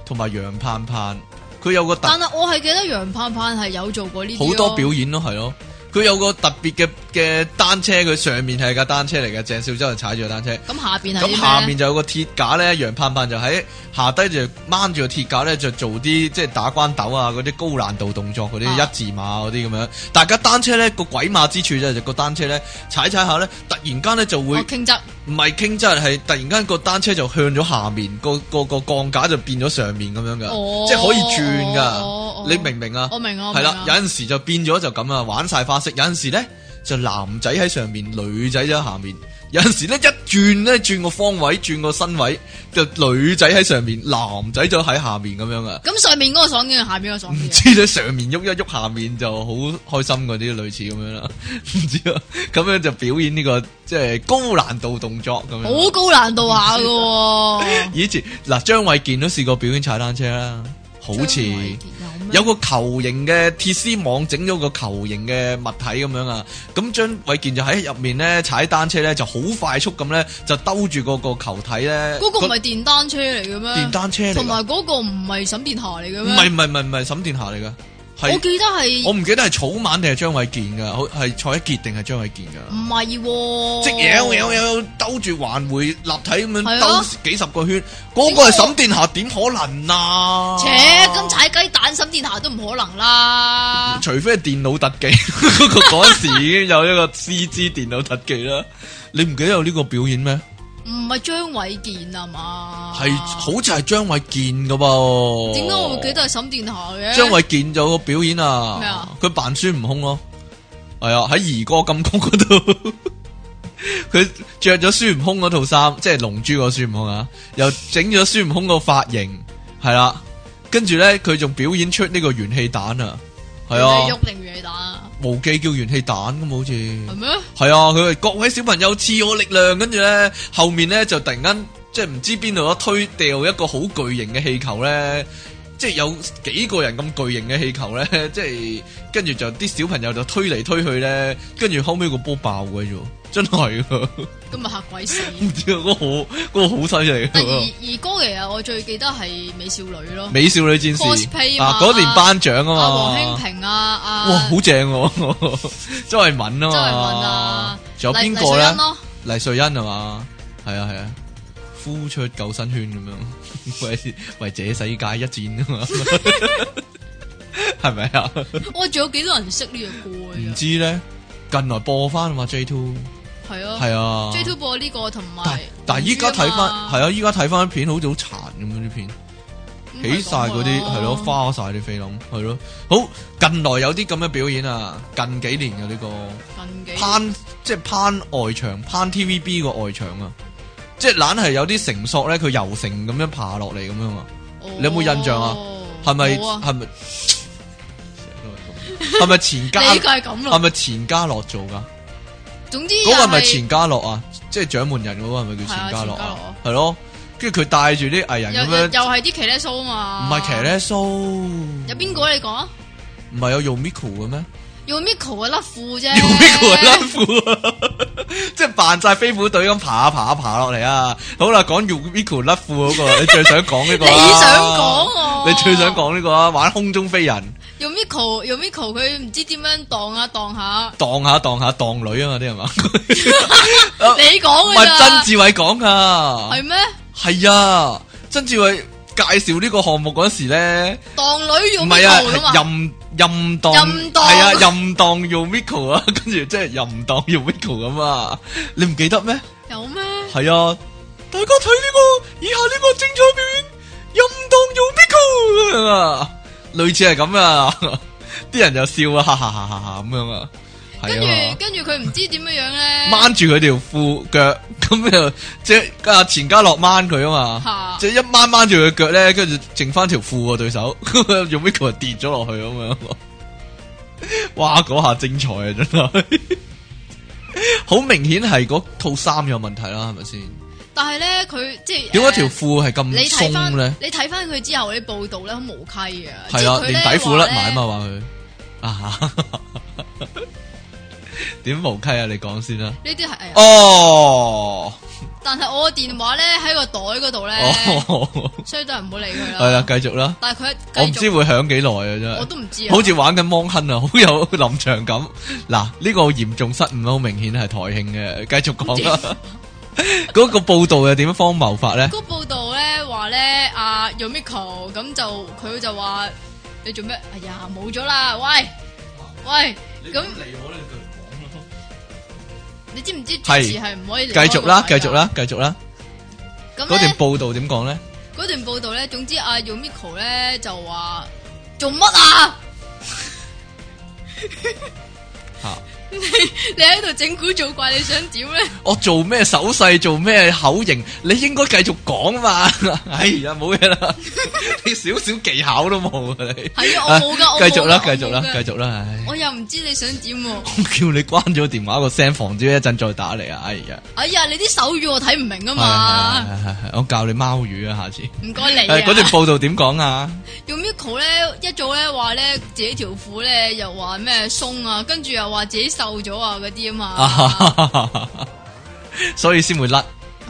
S2: 同埋楊盼盼，佢有個特
S1: 但係我係記得楊盼盼係有做過呢啲咯
S2: 好多表演咯，係咯，佢佢有個特別嘅嘅單車，佢上面係架單車嚟嘅，鄭少秋就踩住個單車。
S1: 咁下边系
S2: 咁下面就有個鐵架咧，楊盼盼就喺下低就掹住個鐵架咧，就做啲即係打關鬥啊，嗰啲高難度動作嗰啲
S1: 啊
S2: 一字馬嗰啲咁樣。大家單車咧個鬼馬之處就係就個單車咧踩踩下咧，突然間咧就會啊
S1: 我倾侧，
S2: 唔係傾側，係突然間個單車就向咗下面，個個個鋼架就變咗上面咁樣噶，
S1: 哦
S2: 即係可以轉噶。
S1: 哦哦
S2: 你明唔明啊？
S1: 我明啊，我
S2: 係
S1: 明
S2: 啦
S1: 啊，
S2: 有陣時就變咗就咁啊，玩晒花式。有陣時咧就男仔喺上面，女仔喺下面。有陣時咧一轉咧轉個方位，轉個身位，就女仔喺上面，男仔就喺下面咁 樣啊。
S1: 咁上面嗰個爽啲，下边嗰個爽
S2: 唔
S1: 啲啊。
S2: 知咧上面喐一喐，下面就好開心嗰啲，類似咁樣啦。 唔知啊，咁樣就表演呢、個即係高難度動作咁樣。
S1: 好高難度下噶，
S2: 以前嗱，張衛健都試過表演踩單車啦，好似
S1: 張啊衛健有咩
S2: 有個球形嘅鐵絲網整咗個球形嘅物體咁樣啊，咁張衛健就喺入面咧踩單車咧就好快速咁咧就兜住個個球體咧，
S1: 嗰個唔係電單車嚟嘅咩？
S2: 電單車嚟㗎
S1: 同埋啊嗰個唔係沈殿霞嚟嘅
S2: 唔係
S1: 咩？
S2: 唔係唔係唔係沈殿霞嚟噶，
S1: 我
S2: 係
S1: 記得係
S2: 我唔記得係草蜢定係張衛健噶，好係蔡一傑定係張衛健噶。
S1: 唔係喎？
S2: 即有有有兜住環回立體咁樣
S1: 係
S2: 兜
S1: 啊
S2: 幾十個圈，嗰個係沈殿霞，點可能啊？
S1: 切，咁踩雞蛋沈殿霞都唔可能啦。
S2: 除非係電腦特技， 嗰個嗰時已經有一個 CG 電腦特技啦。你唔記得有呢個表演咩？
S1: 唔係張偉健啊嘛？
S2: 係、好似係張衛健噶噃。
S1: 點解我會記得係沈殿霞嘅？
S2: 張衛健有個表演
S1: 咩
S2: 啊
S1: 啊？
S2: 佢扮孫悟空咯，係啊，喺兒歌金曲嗰度， 佢着咗孫悟空嗰套衫，即係龍珠嗰個孫悟空啊，又整咗孫悟空個髮型，係啦、跟住咧佢仲表演出呢個元氣彈啊，係
S1: 你
S2: 啊
S1: 喐，定魚蛋啊？
S2: 無記叫元氣彈咁好似。
S1: 係咩？
S2: 系啊，佢係各位小朋友賜我力量，跟住咧後面咧就突然間即係唔知邊度一推掉一個好巨型嘅氣球咧，即係有幾個人咁巨型嘅氣球咧，即係跟住就啲小朋友就推嚟推去咧，跟住後尾個波爆嘅啫喎， 真係噶，
S1: 咁咪嚇鬼死！
S2: 唔知啊，嗰、個好嗰、個好犀利
S1: 但
S2: 㗎
S1: 兒兒歌其實我最記得係美少女咯，
S2: 美少女戰士
S1: Cosplay
S2: 啊
S1: 嘛，
S2: 嗰年頒獎啊嘛，
S1: 阿黃興平啊，阿
S2: 哇，好正喎， 周慧敏啊嘛，
S1: 周慧敏啊
S2: 仲有邊
S1: 黎黎
S2: 個
S1: 瑞
S2: 咧
S1: 恩咯？
S2: 黎瑞恩係嘛？係啊係啊，呼出救生圈咁樣， 為為這世界一戰啊嘛， 係咪啊？
S1: 哇，仲有幾多人識呢個歌
S2: 唔
S1: 嘅？
S2: 知咧，近來播翻啊嘛 J Two，
S1: 係啊，
S2: 係啊
S1: J Two 播呢個同
S2: 但
S1: 埋，
S2: 但依家睇翻
S1: 係
S2: 係啊，依家睇翻片好似好殘咁樣啲片。起晒嗰啲
S1: 啊
S2: 係咯，花晒啲菲林係咯，好近來有啲咁嘅表演啊，近幾年嘅呢、個。
S1: 近幾
S2: 攀即係攀外牆，攀 TVB 個外牆啊！即係懶係有啲繩索咧，佢游繩咁樣爬落嚟咁樣啊！你有冇印象啊？係咪
S1: 冇啊
S2: 係咪係咪錢嘉
S1: 你個係咁
S2: 係
S1: 咯，
S2: 咪錢嘉樂做噶？
S1: 總之
S2: 嗰個係咪
S1: 就
S2: 錢嘉樂啊？即係掌門人嗰個係咪叫錢嘉樂
S1: 係
S2: 啊
S1: 啊？
S2: 係咯，跟住佢帶住啲藝人
S1: 又
S2: 咁
S1: 又
S2: 樣，
S1: 係啲騎呢蘇
S2: 唔
S1: 嘛？
S2: 係騎呢蘇，
S1: 啊有邊個啊你講啊？
S2: 唔係有用 Miko 嘅咩？
S1: 用 Miko 嘅甩褲啫，
S2: 用呢個 拉褲啊， 即係扮晒飛虎隊咁爬啊爬啊爬落嚟啊！好啦，講用呢個甩褲嗰個，你最想講呢個
S1: 你
S2: 啦
S1: 想講我？
S2: 你最想講呢個啊？玩空中飛人，
S1: 用 Miko 用 Miko 佢唔知點樣蕩下蕩下，
S2: 蕩下蕩下蕩女啊嘛啲 係嘛？啊
S1: 你
S2: 唔
S1: 講嘅
S2: 係
S1: 咋
S2: 曾？志偉講噶，
S1: 哎係咩？
S2: 係啊，曾志偉介紹呢個項目嗰時咧，
S1: 蕩女
S2: 唔
S1: 用
S2: 係啊
S1: Miko 噶，嘛？
S2: 任任蕩
S1: 任蕩
S2: 係啊，任蕩用 Miko 啊，跟住即係任蕩用 Miko 咁啊，你唔記得咩？
S1: 有咩？
S2: 系啊，大家睇呢、個以下呢個精彩表演，任當用 Bigo 咁樣啊，類似係咁啊， 啲人就笑啊，哈哈哈哈哈咁樣啊，
S1: 跟住
S2: 係啊
S1: 跟住佢唔知點樣樣咧，
S2: 嘛，掹住佢條褲腳，咁就即係啊錢嘉樂掹佢啊嘛
S1: 嚇，
S2: 即係一掹掹住佢腳咧，跟住剩翻條褲啊對手， 用 Bigo 就跌咗落去咁樣 咯，哇嗰下精彩啊真係，好明顯係嗰套衫有問題啦，係咪先？
S1: 但係咧佢即係
S2: 點解
S1: 呃
S2: 條褲係
S1: 你
S2: 咁
S1: 睇翻
S2: 鬆咧？
S1: 你睇翻佢之後啲報道咧，好無稽嘅，即
S2: 係啊，
S1: 佢
S2: 連
S1: 咧
S2: 底褲甩埋啊
S1: 話
S2: 嘛，
S1: 咧
S2: 話佢啊，點無稽啊？你講先啦。
S1: 呢啲係，
S2: 哦，
S1: 哎但係我電話咧喺個袋嗰度咧，
S2: 哦，
S1: 所以都係唔好理佢啦。
S2: 系啦，继续啦，
S1: 但係佢
S2: 我唔
S1: 繼
S2: 知
S1: 續，
S2: 会响几耐啊，真
S1: 我
S2: 系。
S1: 都唔知啊。
S2: 好似玩緊芒亨啊，好有 臨場感。嗱，呢個嚴重失誤好明顯係台慶嘅，繼續講啦。 嗰個報道又點樣荒謬法咧？
S1: 個報道咧話咧，阿 Yumiko 咁就佢就話你做咩？哎呀，冇咗啦！喂喂，咁
S2: 我咧，
S1: 你知唔知主
S2: 係
S1: 持係唔可以離
S2: 繼
S1: 開
S2: 續啦，
S1: 個
S2: 繼
S1: 位㗎
S2: 續。啦，繼續啦。
S1: 咁
S2: 嗰
S1: 咧
S2: 段報道點講咧？
S1: 嗰段報道咧，總之阿 Yumiko 咧就話做乜啊？
S2: 吓，
S1: 你喺度整蠱做怪，你想點 咧？
S2: 我做咩手勢，做咩口型，你應該繼續講嘛。 哎呀，冇嘢 啦，你少少技巧都冇啊你。
S1: 係啊，我冇㗎我冇㗎
S2: 繼續啦，
S1: 我
S2: 繼
S1: 冇
S2: 續啦，
S1: 㗎
S2: 繼續啦，唉。
S1: 我又唔知你想點喎。
S2: 我叫你關咗電話個聲，防止一陣再打嚟啊！哎呀，
S1: 哎呀，你啲手語我睇唔明啊嘛，
S2: 係係係係我教你貓語啊，下次。
S1: 唔該你
S2: 誒嗰段
S1: 啊。
S2: 報道點講啊？
S1: 用 Miko 咧一早咧話咧自己條褲咧又話咩鬆啊，跟住又話自己瘦咗啊嗰啲啊嘛，啊
S2: 所以先會甩。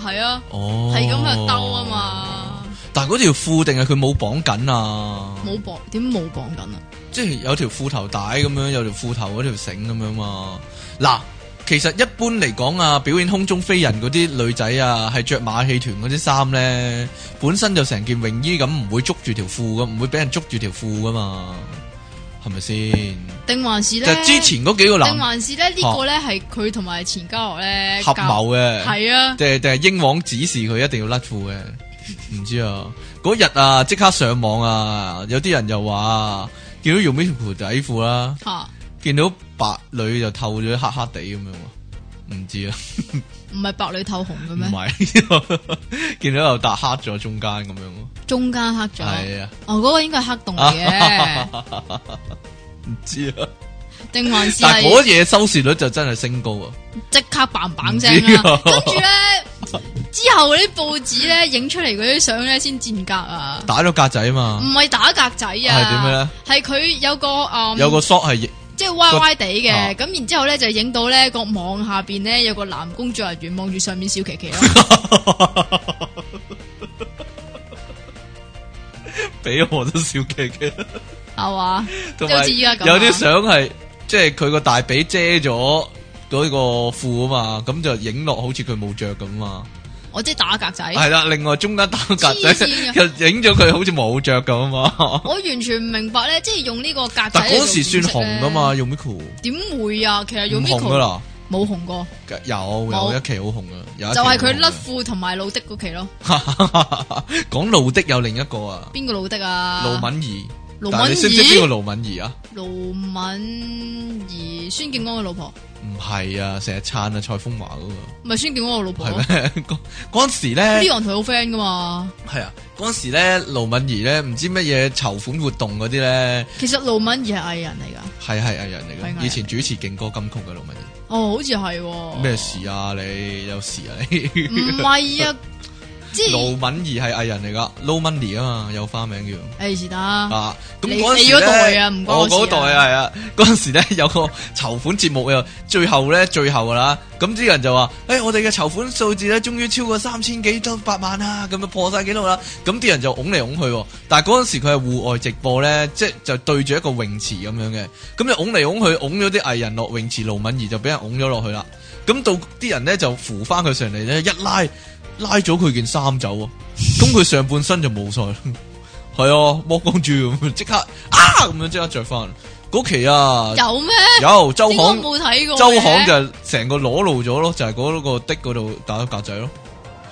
S1: 係啊，
S2: 哦，
S1: 係咁去兜啊。嘛，
S2: 但係嗰條褲定係佢冇綁緊啊？
S1: 冇綁點冇綁緊啊？
S2: 即係有條褲頭帶咁樣，有條褲頭嗰條繩咁樣嘛。嗱，其實一般嚟講啊，表演空中飛人嗰啲女仔啊，係着馬戲團嗰啲衫咧，本身就成件泳衣咁，唔會捉住條褲噶，唔會俾人捉住條褲噶嘛，係咪先？
S1: 定還是
S2: 就
S1: 咧？
S2: 之前嗰幾
S1: 定
S2: 個男
S1: 還是咧呢個咧係佢同埋錢嘉樂咧
S2: 合謀嘅，
S1: 係啊，
S2: 定係定係英皇指示佢一定要甩褲嘅，唔知啊。嗰日啊，即刻上網啊，有啲人又話見到用咩條底褲啦。
S1: 吓
S2: 見到白女就透咗黑黑地咁樣喎，唔知啊，
S1: 唔係白裏透紅嘅
S2: 唔
S1: 咩？
S2: 係見到又笪黑咗中間咁樣喎，
S1: 中間黑咗，
S2: 係啊，
S1: 哦嗰個應該係黑洞嚟 嘅，
S2: 唔知啊，
S1: 定還是
S2: 但係
S1: 係？
S2: 嗰嘢收視率就真係升高啊，
S1: 即刻棒棒聲啦
S2: 唔知啊。
S1: 跟住咧，之後嗰啲報紙咧影出嚟嗰啲相咧先賤格啊！
S2: 打咗格仔
S1: 唔
S2: 嘛，
S1: 係打格仔啊，係
S2: 係點樣咧？
S1: 係佢有個嗯，
S2: 有個 shot 係
S1: 即係歪歪地
S2: 啊
S1: 嘅，咁然之後咧就影到咧個網下邊咧有個男工作人員望住上面小琪琪咯，
S2: 俾我都笑劇 嘅，
S1: 係嘛？
S2: 同
S1: 即係好
S2: 埋
S1: 似依家咁啊
S2: 有啲相係即係佢個大髀遮咗嗰個褲啊嘛，咁就影落好似佢冇着咁啊。
S1: 我即係打格仔，
S2: 系啦，另外中間打個格仔，
S1: 哎黐線嘅啊
S2: 又影咗佢好似冇着咁啊嘛。
S1: 我完全唔明白咧，即係用呢個格仔
S2: 但
S1: 嚟
S2: 嗰
S1: 做
S2: 時算
S1: 掩飾咧
S2: 紅噶嘛，用 Miku
S1: 點會啊？其實用
S2: 唔
S1: 呢
S2: 紅噶啦，
S1: 冇紅過，
S2: 有
S1: 冇
S2: 有一期好紅啊，有一期
S1: 就
S2: 好
S1: 係
S2: 紅㗎
S1: 佢甩褲同埋老的嗰期咯。
S2: 講路的有另一個啊，
S1: 邊個老的啊？
S2: 盧敏儀。
S1: 盧
S2: 但係你
S1: 敏
S2: 識唔識邊
S1: 儀
S2: 個。盧敏儀啊？
S1: 盧敏儀、孫健安嘅老婆，
S2: 唔係啊，成日撐啊蔡風華嗰
S1: 唔係孫健安嘅老婆
S2: 個，係咩？ 嗰嗰陣時咧，
S1: ，Leon 同佢好 friend 噶嘛。
S2: 係啊，嗰陣時咧，盧敏儀咧，唔知乜嘢籌款活動嗰啲咧，
S1: 其實盧敏儀係藝人嚟噶，
S2: 係係藝人嚟
S1: 係藝人
S2: 嘅，以前主持勁歌金曲嘅盧敏儀。
S1: 哦，好似係喎
S2: 咩？事啊？你有事啊？你
S1: 唔 係啊，即
S2: 盧
S1: 係
S2: 敏儀係藝人嚟噶，Low Money 啊嘛，有花名叫
S1: 誒是得，
S2: 啊。咁
S1: 你
S2: 嗰陣
S1: 你
S2: 時
S1: 嗰
S2: 咧
S1: 代啊唔關
S2: 我
S1: 我事啊
S2: 嗰代啊，係啊。嗰陣時咧有個籌款節目又最後咧最後噶啦，咁啲人就話：，誒、我哋嘅籌款數字咧，終於超過三千幾多百萬啦，咁就啊破晒紀錄啦。咁啲人就拱嚟拱去喎，但係嗰陣時佢係戶外直播咧，即係就對住一個泳池咁樣嘅，咁就拱嚟拱去，拱咗啲藝人落泳池，盧敏儀就俾人拱咗落去啦。咁到啲人咧就扶翻佢上嚟咧，一拉拉咗佢件衫走喎，咁佢上半身就冇晒啦， 係啊，剝光豬咁，即刻啊咁樣即刻着翻。嗰期啊，
S1: 有咩？
S2: 有周
S1: 應該
S2: 行
S1: 冇睇過嘅。
S2: 周行就成個裸露咗咯，就係嗰個的嗰度打咗格仔咯，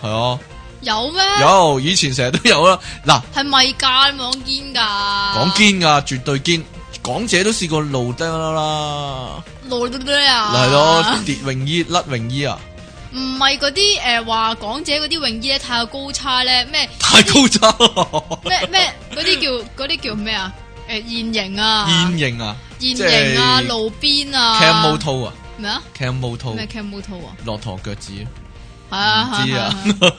S2: 係啊，
S1: 有咩？
S2: 有以前成日都有啦，嗱
S1: 係咪㗎？網堅㗎？
S2: 講
S1: 講
S2: 堅噶，絕對堅，港姐都試過露得啦，
S1: 露得咧啊？
S2: 係咯，跌泳衣甩泳衣 啊，
S1: 唔係嗰啲誒話港姐嗰啲泳衣咧太過高叉咧咩？
S2: 太高差，
S1: 咩咩嗰啲叫嗰啲叫咩啊？诶、現形 啊，
S2: 現形啊
S1: 現形啊，
S2: 即係
S1: 路邊啊
S2: ，camo 套啊
S1: 咩啊？
S2: ，camo 套，
S1: 咩 camo 套啊？
S2: 駱駝腳趾
S1: 係啊，
S2: 唔知
S1: 係
S2: 啊
S1: 啊，係啊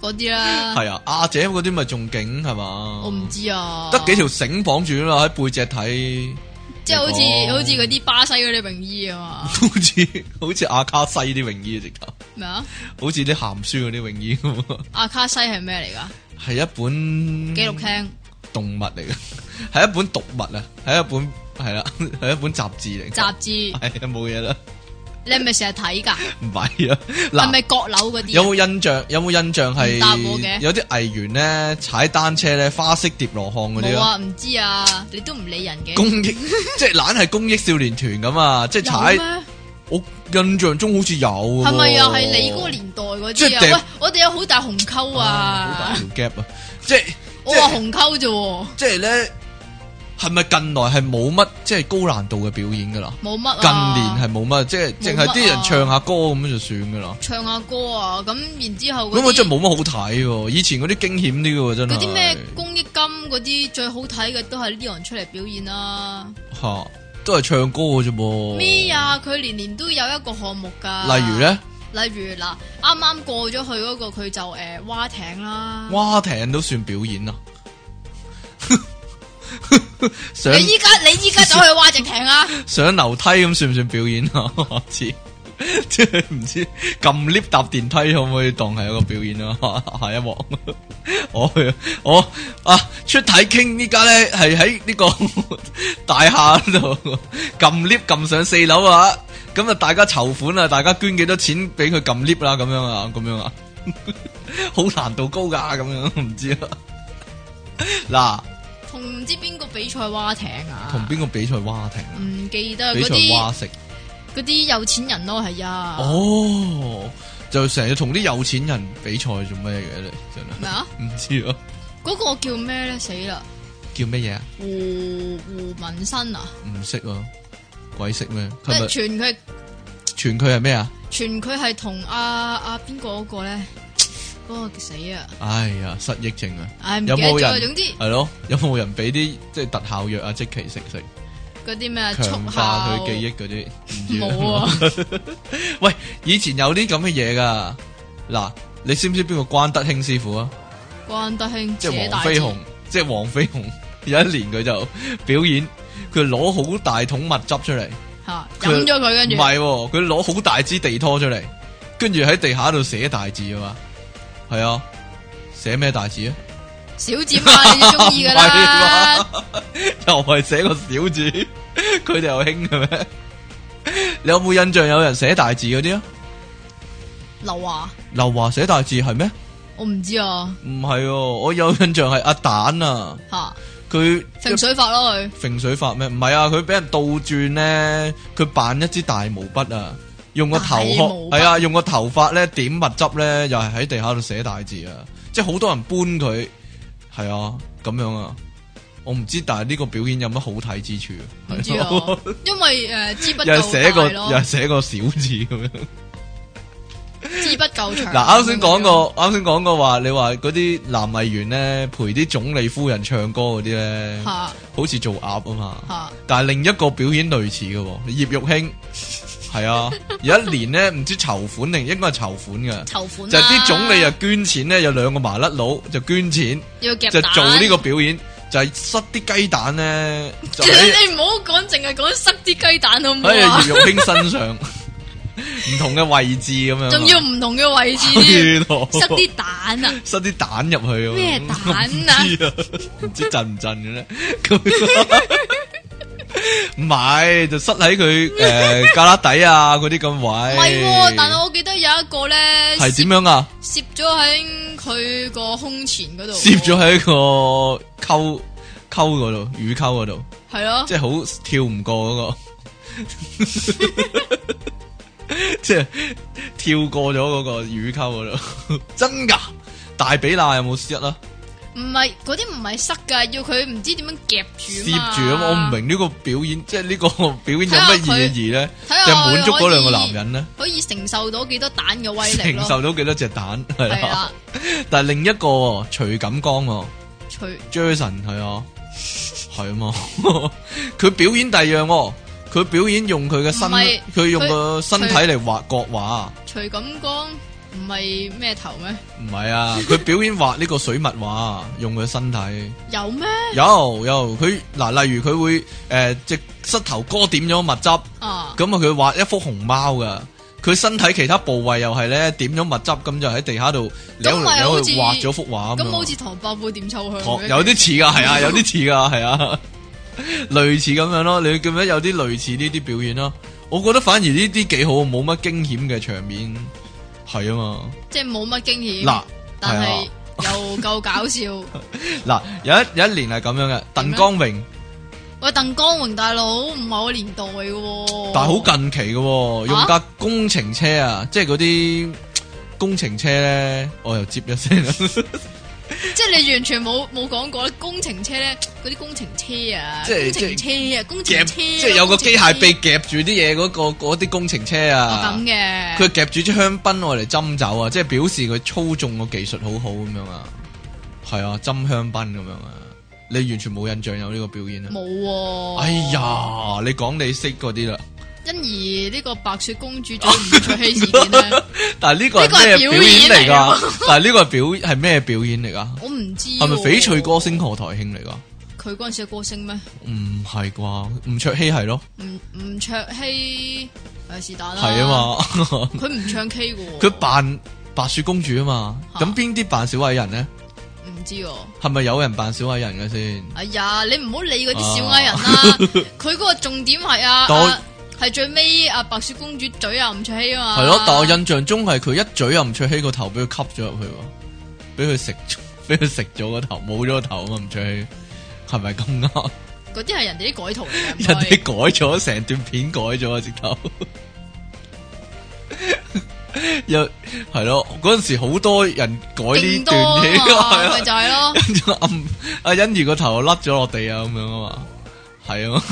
S1: 嗰啲啦，
S2: 係啊，阿姐嗰啲咪仲勁係嘛，
S1: 我唔知啊，
S2: 得幾條繩綁住啦，喺背脊睇。
S1: 即係好似
S2: 嚟講
S1: 好似嗰啲巴西嗰啲泳衣啊嘛，
S2: 好似好似阿卡西啲泳衣直頭，
S1: 咩啊？
S2: 好似啲咸書嗰啲泳衣咁啊，
S1: 阿卡西係咩嚟噶？
S2: 係一本
S1: 紀錄廳
S2: 動物嚟嘅， 係一本讀物啊，係一本係啦， 係一本雜誌嚟嘅，
S1: 雜誌，
S2: 係啊冇嘢啦，
S1: 你係咪成日睇㗎？
S2: 唔係啊，
S1: 係
S2: 嗱
S1: 咪閣樓嗰
S2: 有
S1: 啲啊？
S2: 冇印象？有冇印象係
S1: 唔答我嘅
S2: 有啲藝員咧踩單車咧花式疊羅漢嗰啲
S1: 冇
S2: 啊？
S1: 啊，唔知啊，你都唔理人嘅。
S2: 公益即係懶係公益少年團咁啊！即係
S1: 有
S2: 踩，
S1: 咩？
S2: 我印象中好似有嘅喎。
S1: 係咪又係你嗰個年代嗰
S2: 即係
S1: 啲
S2: 掟
S1: 啊？喂，我哋有好大鴻溝
S2: 啊
S1: 啊！
S2: 好大條 gap 啊！即係
S1: 我話鴻溝啫喎，
S2: 即係咧，係咪近來係冇乜即係高難度嘅表演噶啦？
S1: 冇乜
S2: 近
S1: 啊。
S2: 年係冇乜，即係淨係啲人唱下歌咁就算噶啦。
S1: 唱下歌啊，咁然之後嗰
S2: 咁我
S1: 啲
S2: 真係冇乜好睇喎，以前嗰啲驚險啲嘅喎，真係。
S1: 嗰啲咩公益金嗰啲最好睇嘅都係 Leon 出嚟表演啦。
S2: 嚇都係唱歌嘅啫噃。
S1: 咩啊？佢年年都有一個項目㗎。
S2: 哦例如，咧，
S1: 例如嗱，啱啱過咗去嗰個佢就誒蛙艇啦。
S2: 蛙艇都算表 演啊！上
S1: 你依家你依家走去蛙隻艇啊！
S2: 上樓梯咁算唔算表演啊？ 我知，即係唔知撳 lift 搭電梯可唔可以當係一個表演啊？ 下一幕，我去我啊出體傾依家咧係喺呢個 大廈度 撳 lift 撳上四樓啊！咁啊大家籌款啊，大家捐幾多錢俾佢撳 lift 啦？咁樣啊，咁樣啊， 好難度高噶，咁樣唔知啊。
S1: 同唔知邊個比賽蛙艇啊
S2: 嗱，？同邊個比賽蛙艇啊？
S1: 唔記得嗯
S2: 比
S1: 嗰
S2: 賽啊蛙
S1: 啲
S2: 式。
S1: 嗰啲有錢人咯，係啊。
S2: 哦，就成日同啲有錢人比賽做咩嘅咧？真
S1: 咩啊？
S2: 係唔知啊，
S1: 嗰個叫咩咧？死啦！
S2: 叫乜嘢啊？
S1: 胡胡文新啊，
S2: 唔識啊，鬼識咩？
S1: 即
S2: 係咪
S1: 係傳佢
S2: 全佢係咩啊？
S1: 傳佢係同阿阿邊個嗰個咧？嗰個死啊！
S2: 哎呀，失憶症啊！
S1: 唉，唔記
S2: 有
S1: 得
S2: 冇
S1: 咗。總
S2: 人
S1: 之
S2: 係咯？有冇人俾啲即係特效藥啊？即其食食
S1: 嗰啲咩
S2: 強
S1: 啊速
S2: 化
S1: 效
S2: 佢記憶嗰啲唔知
S1: 冇啊！
S2: 喂，以前有啲咁嘅嘢噶嗱，你知唔知邊個關德興師傅啊？
S1: 關德興
S2: 即係
S1: 扯
S2: 黃
S1: 大
S2: 飛
S1: 字
S2: 鴻，即係黃飛鴻 有一年佢就表演，佢攞好大桶蜜汁出嚟。
S1: 嚇，
S2: 佢
S1: 飲咗佢跟
S2: 唔
S1: 住
S2: 係喎，佢攞好大支地拖出嚟，跟住喺地下度寫大字啊嘛，係啊，寫咩大字啊？啊
S1: 小姐嘛， 你中意噶啦。
S2: 又係寫個小字， 佢哋又興嘅咩？你有冇印象有人寫大字嗰啲啊？
S1: 劉華，
S2: 劉華寫大字係咩？
S1: 我唔知啊
S2: 唔係喎，我有印象係阿蛋啊，
S1: 嚇，
S2: 佢
S1: 揈水法咯佢。
S2: 揈水法咩？唔係啊，佢俾人倒轉咧，佢扮一支大毛筆啊，用個頭
S1: 大毛筆
S2: 殼係啊，用個頭髮咧點墨汁咧，又係喺地下度寫大字啊！即係好多人搬佢，係啊，咁樣啊，我唔知，但係呢個表演有乜好睇之處啊？
S1: 唔知啊
S2: 係咯，
S1: 因為誒支筆
S2: 又係寫
S1: 夠
S2: 個
S1: 大
S2: 又係
S1: 咯，
S2: 寫個小字咁 樣。
S1: 支筆夠長。
S2: 嗱，啱先講過，啱先講過話，你話嗰啲男藝員咧陪啲總理夫人唱歌嗰啲咧，
S1: 嚇
S2: 好似做鴨啊嘛。
S1: 嚇，
S2: 但係另一個表演類似嘅喎，葉玉卿係啊，有一年咧唔知籌款定應該係籌款嘅，
S1: 籌款
S2: 就係
S1: 啦
S2: 啲總理啊捐錢咧，有兩個麻甩佬就捐錢，
S1: 要夾
S2: 就做呢個
S1: 蛋。
S2: 表演，就係塞啲雞蛋咧， 就哎喺
S1: 你唔好講，淨係講塞啲雞蛋好唔好
S2: 喺葉
S1: 啊？
S2: 玉卿 身上唔同嘅位置咁樣啊，
S1: 仲 要唔同嘅位置添，
S2: 係咯
S1: 塞啲蛋啊！
S2: 塞啲蛋入去啊，
S1: 咩蛋啊
S2: 唔知啊，唔知震唔震嘅咧，咁 唔係就塞喺 佢誒旮旯底啊嗰啲咁
S1: 唔
S2: 位，
S1: 係喎，但係我記得有一個咧，
S2: 係點樣啊？
S1: 攝咗喺佢個胸前嗰度，
S2: 攝咗喺個溝溝嗰度，乳溝嗰度，
S1: 係咯，
S2: 即係好跳唔過嗰個， 即係跳過咗嗰個乳溝嗰度，真噶！大比那有冇塞啊？
S1: 唔係嗰啲唔係塞噶，要佢唔知點樣夾住
S2: 接住啊！我唔，明呢個表演，即係呢個 表演有乜意義咧？
S1: 睇下
S2: 就
S1: 佢
S2: 滿足嗰兩個
S1: 可以
S2: 男人咧，
S1: 可以承受到幾多蛋嘅威力
S2: 承
S1: 咯，
S2: 受到幾多隻蛋係
S1: 係啊
S2: 啦。
S1: 啦，
S2: 但係另一個喎徐錦江喎
S1: 除
S2: Jason 係啊，係啊嘛。 佢表演第二樣喎，佢表演用佢嘅身
S1: 唔係，
S2: 佢用個身體嚟畫國畫，
S1: 除咁光唔係咩頭咩？
S2: 唔係啊！佢表演畫呢個水墨畫，用佢 身體。
S1: 有咩
S2: 有有，佢嗱，例如佢會誒隻膝頭哥點咗墨汁。
S1: 啊？
S2: 咁啊，佢畫一幅熊貓噶，佢身體其他部位又係咧點咗墨汁，咁就喺地下度扭
S1: 咁咪
S2: 嚟
S1: 好
S2: 扭
S1: 似
S2: 去畫咗幅畫
S1: 咁
S2: 咁
S1: 好
S2: 啊。
S1: 似唐伯虎點秋香
S2: 唐
S1: 咁樣，
S2: 有啲似噶，係啊，有啲似噶，係啊，類似咁樣咯。你記唔記得有啲類似呢啲表演咯？我覺得反而呢啲幾好，冇乜驚險嘅場面，係啊嘛。
S1: 即係冇乜驚險，
S2: 嗱，
S1: 但
S2: 係啊
S1: 係又夠搞笑。
S2: 嗱，有一有一年係咁樣嘅，
S1: 點
S2: 鄧
S1: 樣哦
S2: 光榮，
S1: 喂，鄧光榮大佬唔係我年代嘅喎，
S2: 但係好近期嘅喎，用架工程車啊，即係嗰啲工程車咧，我又接一聲啊啦。
S1: 即係你完全冇冇講過工程車咧，嗰啲工程車啊，
S2: 即
S1: 工
S2: 係
S1: 程車啊，工
S2: 夾，
S1: 程車啊，
S2: 即係有個機械臂
S1: 工程車
S2: 夾住啲嘢嗰個嗰啲工程車
S1: 哦
S2: 啊
S1: 咁，嘅，
S2: 佢夾住支香檳我嚟斟酒啊，即係表示佢操縱個技術好好咁樣啊，係啊，斟香檳咁樣啊，你完全冇印象有呢個表演啊？
S1: 冇喎。
S2: 哎呀，你講你識嗰啲啦，
S1: 因而呢個白雪公主做吳卓羲事件咧，
S2: 但係呢個
S1: 呢個係
S2: 係咩
S1: 表
S2: 表演嚟
S1: 演嚟㗎
S2: 㗎？ 但係呢個係表係咩表演嚟㗎？
S1: 我唔知
S2: 係咪
S1: 喎
S2: 翡翠歌星？何台慶嚟㗎？
S1: 佢嗰陣時嘅歌星咩？
S2: 唔係啩？吳卓羲係咯，
S1: 吳吳卓羲誒是但啦，
S2: 係 啊嘛，
S1: 佢唔唱 K 嘅喎，
S2: 佢扮白雪公主啊嘛，
S1: 嚇
S2: 咁邊啲扮小矮人呢？
S1: 唔知喎。
S2: 係咪有人扮小矮人嘅先？
S1: 哎呀，你唔好理嗰啲小矮人
S2: 啊
S1: 啦， 佢嗰個重點係啊，
S2: 當
S1: 啊係最尾啊白雪公主嘴啊吳卓羲啊嘛，
S2: 係咯，但我印象中係佢一嘴又唔卓羲個頭俾佢吸咗入去喎，俾佢食 咗，俾佢食咗個頭，冇咗個頭啊嘛，唔卓羲係咪咁啱？
S1: 嗰啲係人哋啲改圖 嚟
S2: 人
S1: 嘅
S2: 哋，改咗成段片改咗啊，直頭。 又係咯，嗰陣時好多人改
S1: 唔該
S2: 呢
S1: 勁多
S2: 段嘢，
S1: 啊嘛，咪
S2: 係
S1: 就係咯，
S2: 啊，暗阿欣怡個頭甩咗落地啊，咁樣啊嘛，係啊，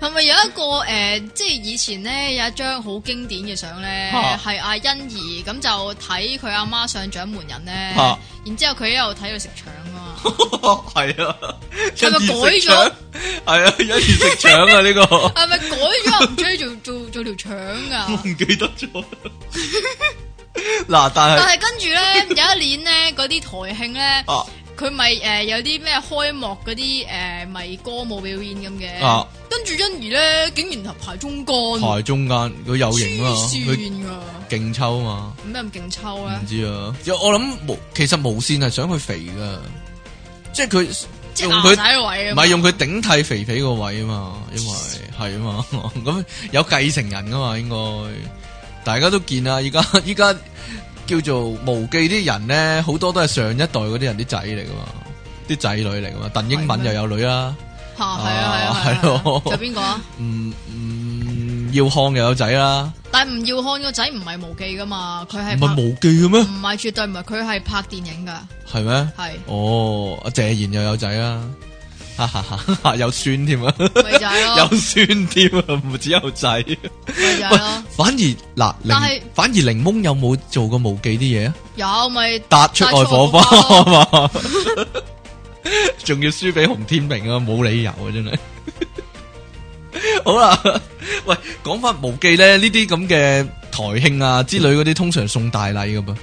S1: 係咪有一個誒，即係以前咧有一張好經典嘅相咧
S2: 啊，
S1: 係阿欣怡咁就睇佢阿媽上掌門人咧
S2: 啊，
S1: 然之後佢喺度睇佢食腸啊嘛，
S2: 係啊，
S1: 係咪
S2: 欣怡
S1: 改咗
S2: 食腸？係啊，欣怡食腸啊， 呢個。
S1: 係咪改咗吳卓羲做做做條腸
S2: 我
S1: 啊？
S2: 唔記得咗。嗱，但
S1: 但
S2: 係
S1: 係跟住咧有一年咧嗰啲台慶咧。
S2: 啊
S1: 佢咪誒有啲咩開幕嗰啲誒咪歌舞表演咁嘅，
S2: 啊
S1: 跟住欣怡咧竟然係排中間，
S2: 排中間佢有型啊
S1: 嗯
S2: 嘛，
S1: 黐
S2: 佢
S1: 線噶，
S2: 勁抽啊
S1: 有咩咁勁抽
S2: 嘛，
S1: 咧
S2: 唔？知啊。我諗無其實無線係想佢肥噶，即係佢
S1: 即係
S2: 用
S1: 牙
S2: 佢
S1: 仔位
S2: 唔
S1: 啊嘛，
S2: 係用佢頂替肥肥個位 啊嘛，因為係啊嘛， 咁有繼承人噶嘛，應該大家都見啦。依家 依家叫做無記啲人咧，好多都係上一代嗰啲人啲仔嚟噶嘛，啲仔女嚟噶嘛。鄧英
S1: 係
S2: 文
S1: 咩
S2: 又有女啦。嗯
S1: 嚇係啊係啊
S2: 啊
S1: 係
S2: 係咯
S1: 咯，仲有邊個啊？
S2: 唔唔要漢嗯又有仔啦，
S1: 但係吳耀漢個仔唔係無記噶嘛，佢
S2: 唔
S1: 係
S2: 係
S1: 拍
S2: 無忌嘅咩？
S1: 唔係絕對唔係，佢係拍電影噶，
S2: 係咩？
S1: 係
S2: 哦，阿謝賢又有仔啦，哈哈哈，有孫添啊，
S1: 咪就係咯，
S2: 有孫添啊，唔止有仔。
S1: 咪就係咯，
S2: 反而嗱，
S1: 但係
S2: 檸反而檸檬有冇做過無忌啲嘢啊？
S1: 有咪
S2: 搭出外火花
S1: 搭出外
S2: 啊嘛， 仲要輸俾洪天明啊，冇理由啊，真係。好啦，喂，講翻無忌咧，呢啲咁嘅台慶啊之類嗰啲，通常送大禮
S1: 啊
S2: 噶噃。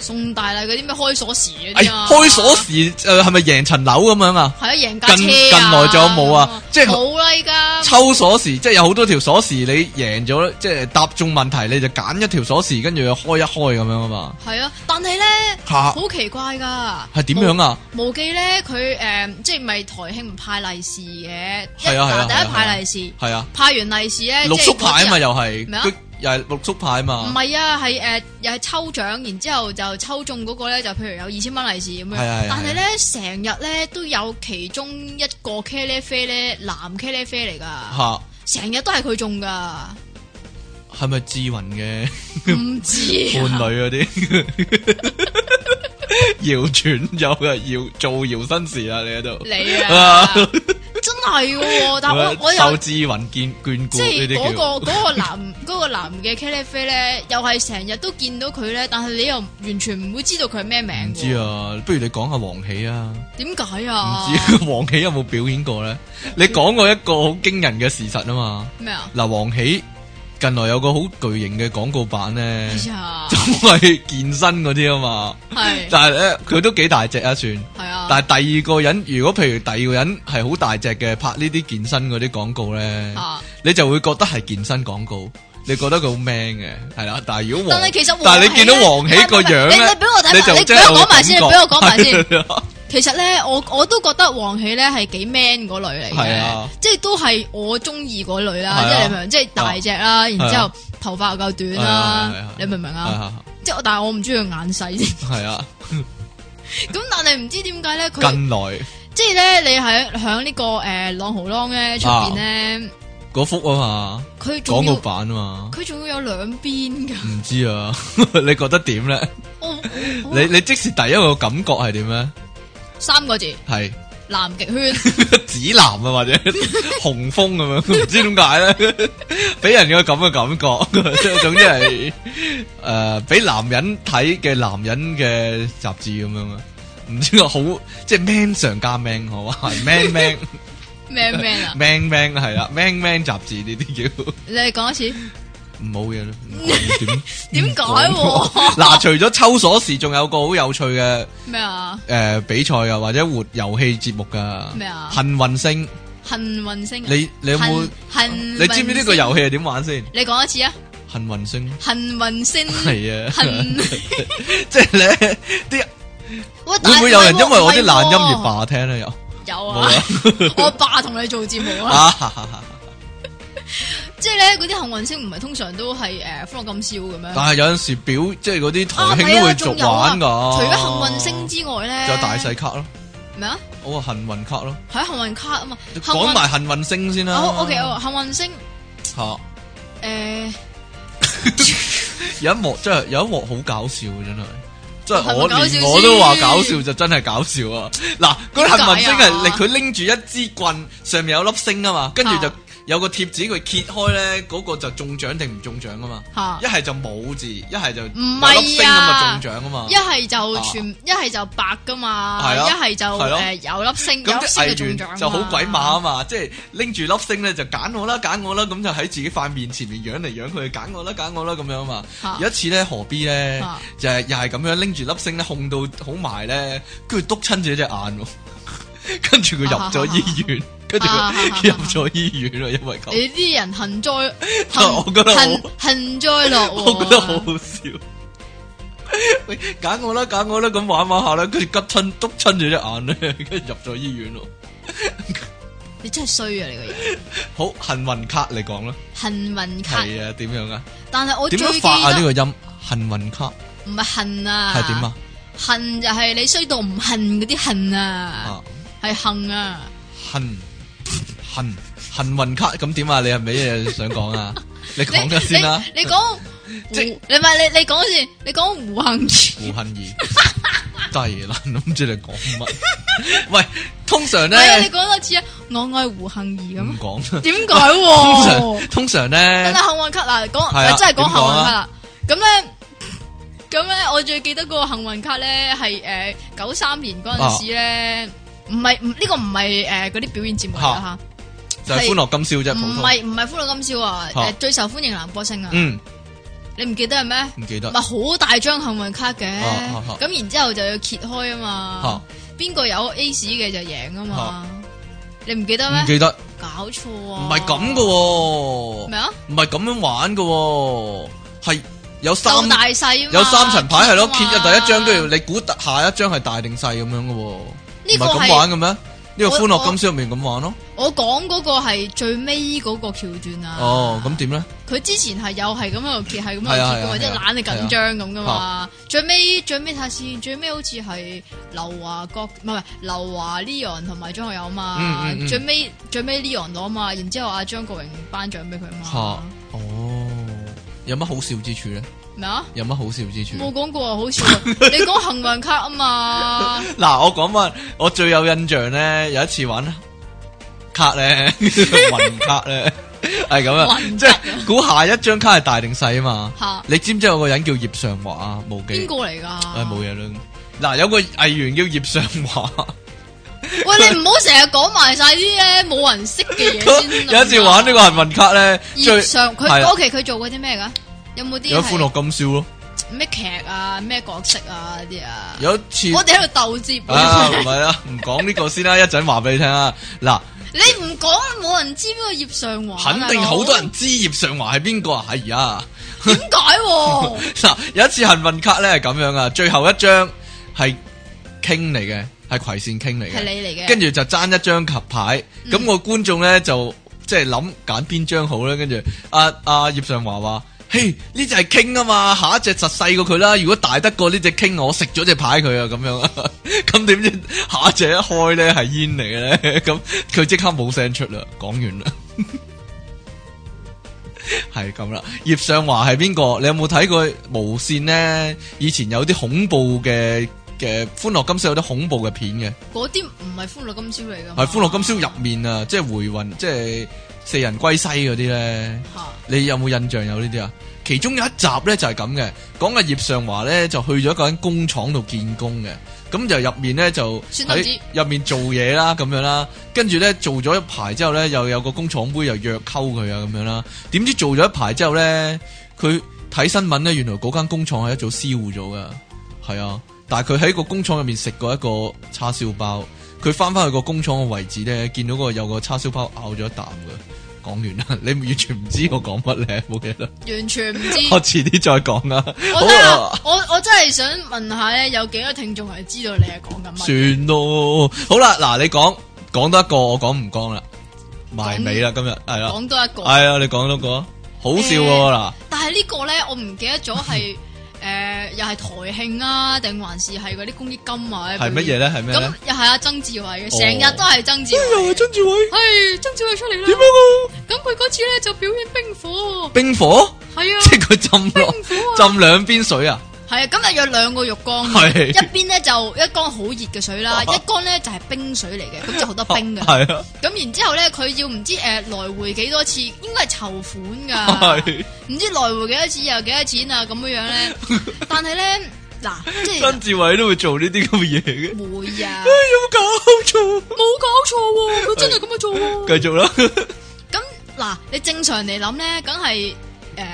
S1: 送大禮嗰啲咩開鎖匙嗰
S2: 哎，
S1: 啲啊？
S2: 開鎖匙誒係咪贏層樓咁樣啊？
S1: 係啊，贏架車
S2: 近
S1: 啊
S2: 近來仲有冇啊
S1: 咁
S2: 即係
S1: 冇啦，依家
S2: 抽鎖匙即係有好多條鎖匙，你贏咗即係答中問題，你就揀一條鎖匙，跟住又開一開咁樣啊嘛。
S1: 係啊，但係咧。
S2: 吓
S1: 好奇怪噶，
S2: 啊係點樣啊？
S1: 無？無記咧，佢誒、誒即係咪台慶唔派利是嘅？
S2: 係啊係啊
S1: 一嗱
S2: 係啊
S1: 第一派利是，
S2: 係啊，
S1: 派完利是咧，
S2: 六
S1: 即係
S2: 叔牌啊嘛，
S1: 嗰啲人
S2: 又係
S1: 咩啊
S2: 佢又係六叔牌啊
S1: 唔
S2: 嘛。
S1: 係啊，係誒、又係抽獎，然之後就抽中嗰個咧，就譬如有二千蚊利是咁樣。
S2: 係啊係啊
S1: 但係咧，成日咧都有其中一個茄喱啡咧，男茄喱啡嚟噶，
S2: 吓
S1: 成日都係佢中 噶，
S2: 係咪志雲 嘅
S1: 唔知
S2: 伴
S1: 啊
S2: 侶嗰啲？ 謠傳有嘅謠造謠生事啊！你喺度
S1: 你啊
S2: 啊，
S1: 真係喎！但我 我又
S2: 受志雲眷眷
S1: 即
S2: 顧
S1: 係
S2: 呢
S1: 嗰、
S2: 啲
S1: 個
S2: 叫
S1: 嗰、個男嗰個男嘅茄喱啡咧，又係成日都見到佢咧，但係你又完全唔會知道佢係咩名㗎
S2: 唔知，啊，不如你講下王喜啊。
S1: 點解
S2: 唔
S1: 啊？
S2: 知 王喜有冇表演過咧？你講過一個好驚人嘅事實啊嘛！
S1: 咩 啊？
S2: 嗱，王喜近來有個好巨型嘅廣告版咧
S1: 哎，呀
S2: 就，係健身嗰啲啊嘛。
S1: 係
S2: 但係咧，佢都幾大隻啊，算。
S1: 係啊，
S2: 但係第二個人，如果譬如第二個人係好大隻嘅，拍呢啲健身嗰啲廣告咧，
S1: 啊
S2: 你就會覺得係健身廣告，你覺得佢好 man 嘅，係啦。但係如果
S1: 但
S2: 黃
S1: 係，其實
S2: 但係你
S1: 見
S2: 見到黃喜個樣
S1: 你
S2: 咧，
S1: 你俾我睇埋，
S2: 就
S1: 你俾
S2: 真
S1: 我
S2: 係有
S1: 講埋先，你
S2: 感
S1: 俾
S2: 覺
S1: 我講埋先。
S2: 係 啊
S1: 其實咧，我我都覺得黃喜咧係幾 man 嗰類嚟
S2: 係
S1: 嘅，
S2: 啊
S1: 即係都係我中意嗰類啦，
S2: 係啊
S1: 即係
S2: 啊
S1: 你明唔明？即係大隻啦，然之後頭髮又夠短
S2: 係啊
S1: 啦
S2: 係啊，
S1: 你明唔明啊？
S2: 啊
S1: 即係我但係我唔中意佢眼細啫。
S2: 係啊，
S1: 咁但係唔知點解咧，佢
S2: 近來
S1: 即係咧，你喺響呢個诶朗豪啷咧出邊咧，
S2: 嗰幅啊嘛，
S1: 佢仲
S2: 廣
S1: 要
S2: 告版啊嘛，
S1: 佢仲要有兩邊 㗎。
S2: 唔知啊，你覺得點咧？
S1: 我我
S2: 你你即時第一個感覺係點咧？
S1: 三個 字
S2: 係
S1: 南極圈。
S2: 指南啊，或者紅風咁樣， 唔知點解咧， 俾人有咁嘅感覺。 總之係诶，俾、男人睇嘅男人嘅雜誌咁樣啊。唔知我好即係 man 上加 man 好啊，係 man man
S1: 咩咩啊？
S2: man man 係啦，man man 雜誌呢啲叫。
S1: 你講一次，
S2: 冇嘢啦，唔 講點
S1: 點解
S2: 唔講
S1: 喎
S2: 嗱，除咗抽鎖匙，仲有個好有趣嘅
S1: 咩啊？
S2: 诶比賽啊，或者活遊戲節目噶。
S1: 咩啊
S2: 幸運星，
S1: 幸運星啊。
S2: 你你有冇
S1: 幸？幸？
S2: 你知唔知呢個遊
S1: 戲？
S2: 戲係點玩先？
S1: 你講一次啊！
S2: 幸運星
S1: 幸運星
S2: 係啊，
S1: 幸，
S2: 即係咧啲
S1: 喂但係
S2: 會唔會有人因為我啲
S1: 係喎
S2: 懶音而霸 聽咧？又
S1: 有
S2: 冇
S1: 啊
S2: 啦，
S1: 我爸同你做節目啊，
S2: 啊哈哈哈！
S1: 即係咧嗰啲幸運星唔係通常都係誒歡樂今宵咁樣。
S2: 但係有陣時表即係嗰啲台
S1: 啊，
S2: 慶
S1: 係
S2: 都會
S1: 啊，
S2: 續
S1: 仲有啊，
S2: 玩
S1: 除
S2: 㗎。
S1: 咗幸運星之外咧，
S2: 仲有大細卡咯，
S1: 咩啊？
S2: 我話幸運卡咯。
S1: 係幸運卡啊嘛，幸
S2: 講
S1: 運
S2: 埋幸運星先啦。
S1: 好啊 OK，好幸運星呃
S2: 嚇！
S1: 誒
S2: 有一幕真係有一幕好搞笑嘅真係，真係
S1: 係咪搞
S2: 我
S1: 笑
S2: 連
S1: 先
S2: 我都話搞笑就真係搞笑啊！嗱，嗰啲幸運
S1: 點
S2: 星
S1: 解啊
S2: 係佢拎住一支棍，上面有粒星啊嘛，跟住就
S1: 啊
S2: 有個貼紙佢揭開咧，嗰個就中獎定唔中獎啊嘛。
S1: 嚇
S2: 一。係就冇字，一係就有
S1: 唔係啊
S2: 粒星咁就中獎啊嘛
S1: 一。係就全，一係就白噶嘛，
S2: 係啊
S1: 一係就
S2: 係咯
S1: 誒有粒星，有
S2: 咁
S1: 粒
S2: 啲
S1: 星嘅
S2: 藝
S1: 中獎
S2: 員
S1: 嘛
S2: 就好鬼馬啊嘛，即係拎住粒星咧就揀我啦，揀我啦，咁就喺自己塊面前面養嚟養去，揀我啦，揀我啦咁樣啊嘛。
S1: 嚇
S2: 有一次咧，何必咧
S1: 啊
S2: 就係又係咁樣拎住粒星咧控到好埋咧，跟住篤親自己隻眼喎， 跟住佢入咗醫院，跟住
S1: 啊啊啊哎
S2: 佢入咗醫院啦，因為
S1: 你
S2: 咁，
S1: 啲人幸災
S2: 我覺得好
S1: 幸幸災樂禍，
S2: 我覺得好好笑。喂，揀我啦，揀我啦，咁玩玩下啦，跟住拮親篤親住隻眼咧， 跟住入咗醫院咯。
S1: 你真係衰啊！你個人
S2: 好幸運卡嚟講啦，
S1: 幸運卡，
S2: 係啊，點樣啊？
S1: 但係我最
S2: 點
S1: 記
S2: 樣發啊？呢
S1: 得
S2: 個音幸運卡
S1: 唔係恨啊，
S2: 係點啊？
S1: 恨就係你衰到唔恨嗰啲恨啊，
S2: 啊，
S1: 係恨啊，
S2: 幸幸幸運卡咁點啊？你係咪嘢想講啊？你
S1: 你
S2: 講咗先啦。
S1: 你你講胡，
S2: 即
S1: 你唔係你你講先，你講胡杏兒
S2: 胡杏兒，低啦，諗住你講乜？喂，通常
S1: 係啊，你
S2: 咧
S1: 講多次啊，我愛胡杏兒咁
S2: 唔
S1: 啊，
S2: 講，
S1: 點解
S2: 嗯 通
S1: 喎？
S2: 常通
S1: 真
S2: 常咧
S1: 係幸運卡嗱，
S2: 係啊
S1: 講真係講幸運
S2: 點講
S1: 卡
S2: 啊
S1: 啦。咁咧，咁咧，我最記得嗰個幸運卡咧係誒九三年嗰陣時咧，
S2: 啊
S1: 唔係唔呢個唔係誒嗰啲表演節目嚟
S2: 嚇
S1: 㗎
S2: 就啊係歡樂今宵
S1: 嚇，
S2: 啫，普
S1: 唔
S2: 通。
S1: 係唔係歡樂今宵啊，
S2: 嚇
S1: 誒最受歡迎男歌星啊，
S2: 嗯，
S1: 你唔記得係咩？
S2: 唔記得
S1: 咪好大張幸運卡嘅
S2: 啊啊啊，
S1: 咁然之後就要揭開啊嘛
S2: 嚇，
S1: 邊個有 A 市嘅就贏啊嘛，你唔記得
S2: 唔
S1: 咩？
S2: 記得，
S1: 搞錯
S2: 唔
S1: 啊！
S2: 係咁嘅喎，
S1: 咩啊？
S2: 唔係咁樣玩嘅喎，係有三
S1: 鬥大細啊嘛
S2: 有三層牌係咯，揭咗第一張，跟
S1: 跟
S2: 住你估下一張係大定細咁樣嘅喎，
S1: 呢
S2: 唔係
S1: 個
S2: 咁
S1: 係
S2: 玩嘅咩？呢個
S1: 我
S2: 歡樂今宵入面咁玩咯。
S1: 我講嗰個係最尾嗰個橋段啊！
S2: 哦，咁點咧？
S1: 佢之前係有係咁喺度揭，係咁喺度
S2: 係啊
S1: 揭噶
S2: 係啊
S1: 嘛，即係懶係緊張咁噶嘛。最尾最尾睇下先，最尾好似係劉華國唔係唔係劉華 Leon 同埋張學友啊嘛
S2: 嗯嗯嗯。
S1: 最尾最尾 Leon 攞嘛，然之後阿張國榮頒獎俾佢
S2: 吓
S1: 嘛。
S2: 哦，有乜好笑之處咧？
S1: 咩啊？
S2: 有乜好笑之處？
S1: 冇講過啊，好笑 啊！你講幸運卡啊嘛，
S2: 嗱，我講翻，我最有印象咧，有一次玩啊 卡咧，雲卡咧，係咁啊，
S1: 雲
S2: 即係估下一張卡係大定細啊嘛。
S1: 吓
S2: 你知唔知有個人叫葉尚華啊？無
S1: 邊
S2: 記，
S1: 個啊嚟㗎？
S2: 唉，冇嘢啦。嗱，有個藝員叫葉尚 華，
S1: 喂，你唔好成日講埋晒啲咧冇人識嘅嘢先。
S2: 有一次玩呢個幸運卡咧，最
S1: 葉上佢
S2: 係啦
S1: 嗰期佢做過啲咩噶？有冇啲
S2: 有歡
S1: 係
S2: 樂今宵咯。
S1: 咩劇啊、咩角色啊嗰啲啊？
S2: 有一次啊
S1: 我哋喺度鬥接
S2: 啊，唔係啦，唔講呢個先啦，一陣話俾你聽啊。嗱，
S1: 你唔講冇人知邊個葉尚華，啊
S2: 肯定好多人知葉尚華係邊個啊？係啊，
S1: 大佬。點解喎？
S2: 嗱，有一次幸運卡咧係咁樣啊，最後一張係傾嚟嘅，係葵扇傾嚟
S1: 係
S2: 嘅，
S1: 你嚟嘅。
S2: 跟住就爭一張及牌，咁、
S1: 嗯
S2: 個觀眾咧就即係諗揀邊張好咧，跟住阿阿葉尚華話。嘿，呢隻係傾啊嘛，下一隻實細過佢啦。如果大得過呢隻傾，我食咗隻牌佢啊，咁樣 啊。咁點知下一隻一開咧係煙嚟嘅咧， 咁佢即刻冇聲出啦。講完啦， 係咁啦。葉尚華係邊個？你有冇睇過無線呢？以前有啲恐怖嘅嘅歡樂今宵有啲恐怖嘅片嘅。
S1: 嗰啲唔係歡樂今宵嚟㗎嘛。
S2: 系《歡樂今宵》入面啊，即係回魂，即係四人歸西嗰啲咧，
S1: 嚇
S2: 你有冇印象有呢啲啊？其中有一集咧就係咁嘅，講阿葉尚華咧就去咗一間工廠度見工嘅，咁就入面咧就
S1: 孫豆子
S2: 喺入面做嘢啦咁樣啦，跟住咧做咗一排之後咧，又有個工廠妹又約溝佢啊咁樣啦，點知做咗一排之後咧，佢睇新聞咧，原來嗰間工廠係一早燒咗噶，係啊，但係佢喺個工廠入面食過一個叉燒包。佢翻翻去個工廠嘅位置咧，見到個有個叉燒包咬咗一啖嘅。講完啦， 你完全唔知我講乜咧，冇嘢啦。
S1: 完全唔 知。
S2: 我遲啲再講啦。
S1: 我
S2: 好
S1: 真
S2: 啊
S1: 係，我我真係想問下咧，有幾多聽眾係知道你係講緊乜？
S2: 算咯。好啦，嗱，你講講多一個，我講唔講啦，埋尾啦，今日係啦，
S1: 講多一個，
S2: 係啊，你講多個，好笑喎嗱，
S1: 但係呢個咧，我唔記得咗 係誒，又係台慶啊，定還是係嗰啲公益金啊？
S2: 係乜嘢咧？係咩咧
S1: 咁？又係阿曾志偉
S2: 哦
S1: 嘅，成日都係曾志
S2: 又
S1: 偉
S2: 係。曾哎志偉，
S1: 係曾志偉出嚟
S2: 點樣
S1: 啦。
S2: 啊？
S1: 咁佢嗰次咧就表演冰火，
S2: 冰火，
S1: 係啊，
S2: 即係佢浸落
S1: 冰火啊，
S2: 浸兩邊水啊，
S1: 係啊，咁啊有兩個浴缸嘅，
S2: 係
S1: 一邊咧就一缸好熱嘅水啦，一缸咧就係冰水嚟嘅，咁就好多冰嘅。
S2: 係啊，
S1: 咁然之後咧，佢要唔知誒、呃來回幾多次，應該係籌款㗎，
S2: 啊係
S1: 唔知來回幾多次又幾多錢啊咁樣樣 咧。但係咧，嗱，即
S2: 曾志偉都會做呢啲咁嘅嘢嘅。
S1: 係會啊，
S2: 有冇哎搞錯？
S1: 冇搞錯喎、佢真係咁樣做喎、
S2: 繼續啦，
S1: 咁嗱，你正常嚟諗咧，梗係誒，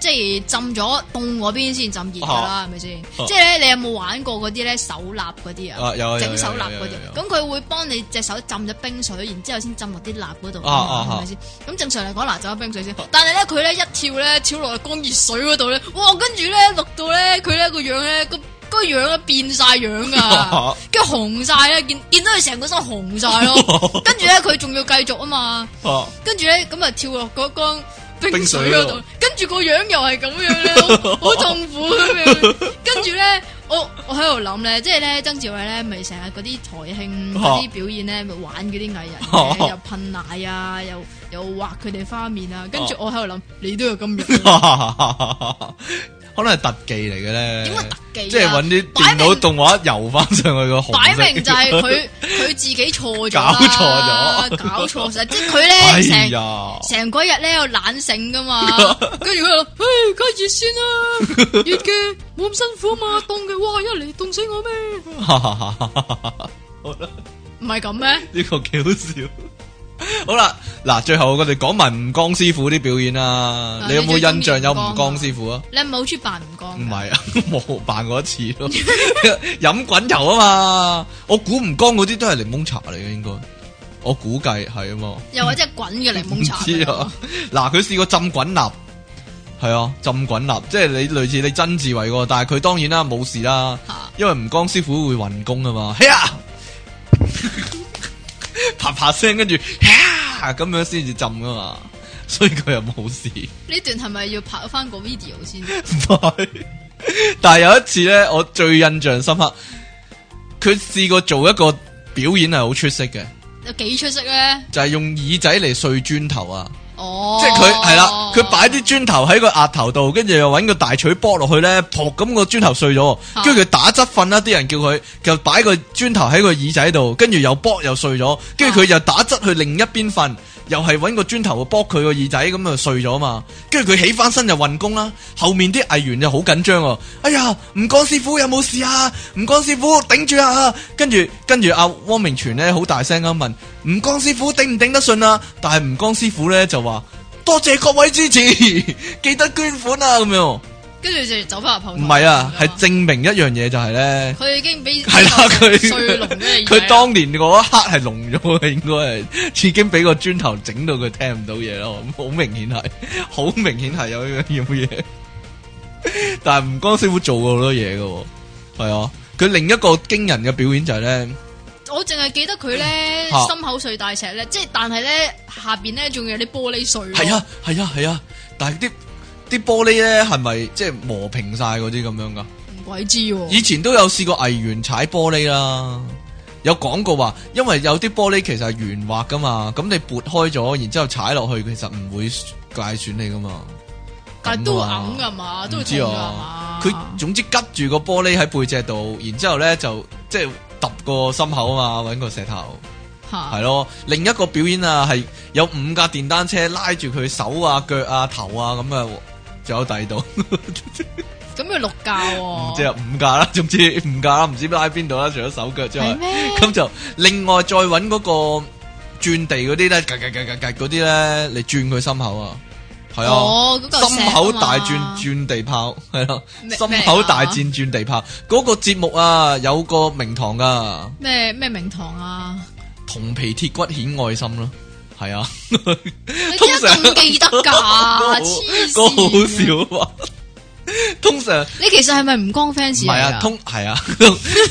S1: 即係浸咗凍嗰邊先浸熱㗎
S2: 啊
S1: 啦，係咪先？即係咧，你有冇玩過嗰啲咧手蠟嗰啲啊？
S2: 啊有啊有
S1: 整手蠟
S2: 有有
S1: 嗰
S2: 有有
S1: 啲，咁佢會幫你隻手浸咗冰水，然之後先浸落啲蠟嗰度，
S2: 啊啊啊
S1: 係咪先？咁正常嚟講，嗱，浸咗冰水先，但係咧佢咧一跳咧跳落去缸熱水嗰度咧，哇！跟住咧落到咧佢咧個樣咧個個樣咧變晒樣 㗎，跟住紅晒咧，見見到佢成個身紅晒 咯，跟住咧佢仲要繼續啊嘛。
S2: 啊
S1: 跟住咧咁啊跳落嗰缸
S2: 冰
S1: 冰
S2: 水
S1: 水
S2: 嗰
S1: 嗰
S2: 度
S1: 度，跟住個樣又係咁樣咧， 好好痛苦咁樣。跟住咧，我我喺度諗咧，即係咧曾志偉咧，咪成日嗰啲台慶
S2: 啊
S1: 嗰啲表演咧，咪玩嗰啲藝人嘅，又噴奶啊，又又畫佢哋花面啊。跟住我喺度諗，你都有 今日，點
S2: 可能係特技嚟嘅咧，
S1: 解特技啊？
S2: 即係揾啲電腦動畫游翻上去個紅
S1: 擺
S2: 色
S1: 明就係佢佢自己錯咗
S2: 搞錯
S1: 啦
S2: 咗
S1: 搞錯晒，即係佢
S2: 哎
S1: 咧成。
S2: 呀，
S1: 成嗰日咧又懶醒噶嘛，跟住佢話：，唉，梗係熱先 啦，熱嘅冇咁辛苦嘛，凍嘅，哇，一嚟凍死我咩？
S2: 好啦，
S1: 唔係咁咩？
S2: 呢個幾好笑。好啦，嗱，最後我哋講埋吳江師傅啲表演啦。你有冇印象有吳江師傅啊？
S1: 啊你係咪好中意扮吳剛
S2: 唔
S1: 㗎？
S2: 係啊， 冇扮過一次咯。 飲滾油啊嘛，我估吳江嗰啲都係檸檬茶嚟嘅，應該我估計係啊嘛。
S1: 又或者係滾嘅檸
S2: 唔
S1: 檬茶
S2: 知
S1: 㗎
S2: 啊， 嗱，佢試過浸滾蠟，係啊，浸滾蠟，即係你類似你曾志偉喎，但係佢當然啦冇事啦，
S1: 嚇
S2: 因為吳江師傅會運功啊嘛，嘿呀， 啪啪聲跟住嘿呀咁樣先至浸噶嘛，所以佢又冇事。
S1: 呢段係咪要拍翻個 video 先？
S2: 但係有一次咧，我最印象深刻，佢試過做一個表演係好出色嘅，
S1: 有幾出色咧？
S2: 就係用耳仔嚟碎磚頭啊。
S1: 哦，
S2: 即係佢係啦，佢擺啲磚頭喺個額頭度，跟住又揾個大錘剝落去咧，噗咁個磚頭碎咗，
S1: 啊
S2: 跟住佢打側瞓啦，啲人叫佢就擺個磚頭喺個耳仔度，跟住又剝又碎咗，跟住佢又打側去另一邊瞓，又係揾個磚頭去剝佢個耳仔，咁啊碎咗嘛，跟住佢起翻身就運功啦，後面啲藝員就好緊張喎，哎呀，吳江師傅有冇事啊？吳江師傅頂住啊！跟住跟住阿汪明荃咧好大聲咁問吳江師傅頂唔頂得順啊？但係 吳江師傅咧就話。多謝各位支持，記得捐款啊！咁樣，
S1: 跟住就走翻入後
S2: 唔
S1: 堂。
S2: 係啊，
S1: 咁樣
S2: 係證明一樣嘢就係咧。
S1: 佢已經俾
S2: 係啦，佢
S1: 碎龍嘅
S2: 佢當年嗰一刻係聾咗嘅，應該係已經俾個磚頭整到佢聽唔到嘢咯，好明顯係，好明顯係有呢樣嘢。 但係吳江師傅做過好多嘢嘅喎，係啊，佢另一個驚人嘅表演就係咧，
S1: 我淨係記得佢咧
S2: 嚇
S1: 心口碎大石咧，即係但係咧下邊咧仲有啲玻璃碎。
S2: 係啊，係啊，係啊，但係啲啲玻璃咧係咪即係磨平晒嗰啲咁樣噶？
S1: 唔鬼知喎。
S2: 以前都有試過藝員踩玻璃啦，有講過話，因為有啲玻璃其實係圓滑噶嘛，咁你撥開咗，然之後踩落去，其實唔會界損你噶嘛。
S1: 但係都
S2: 咁啊
S1: 揞噶嘛，都
S2: 唔
S1: 會
S2: 知
S1: 痛噶
S2: 啊
S1: 嘛。，
S2: 佢總之吉住個玻璃喺背脊度，然之後咧就即係揼個心口啊嘛，揾個石頭。
S1: 嚇
S2: 係咯，另一個表演啊，係有五架電單車拉住佢手啊、腳啊、頭啊咁啊，仲有第二度，
S1: 哦咁佢六教
S2: 唔
S1: 喎。
S2: 知啊五架啦，總之五架啦，唔知拉邊度啦，除咗手腳之外
S1: 係。咩？
S2: 啊 咁就另外再揾嗰個轉地嗰啲咧，格格格格格嗰啲咧嚟轉佢心口啊，係啊，
S1: 哦嗰嚿石啊嘛
S2: 心口大戰轉地炮，係咯、
S1: 咩
S2: 心口大戰轉地炮嗰、個節目啊，有個名堂噶，
S1: 咩咩名堂 啊？
S2: 銅皮鐵骨顯愛心咯，係啊，
S1: 你
S2: 通
S1: 點解
S2: 常
S1: 咁記 得
S2: 嗰個
S1: 㗎？
S2: 好
S1: 黐
S2: 嗰個好
S1: 線！
S2: 笑啊嘛，通常唔
S1: 你其實係咪吳江 fans 嚟
S2: 係啊，
S1: 㗎
S2: 通係啊，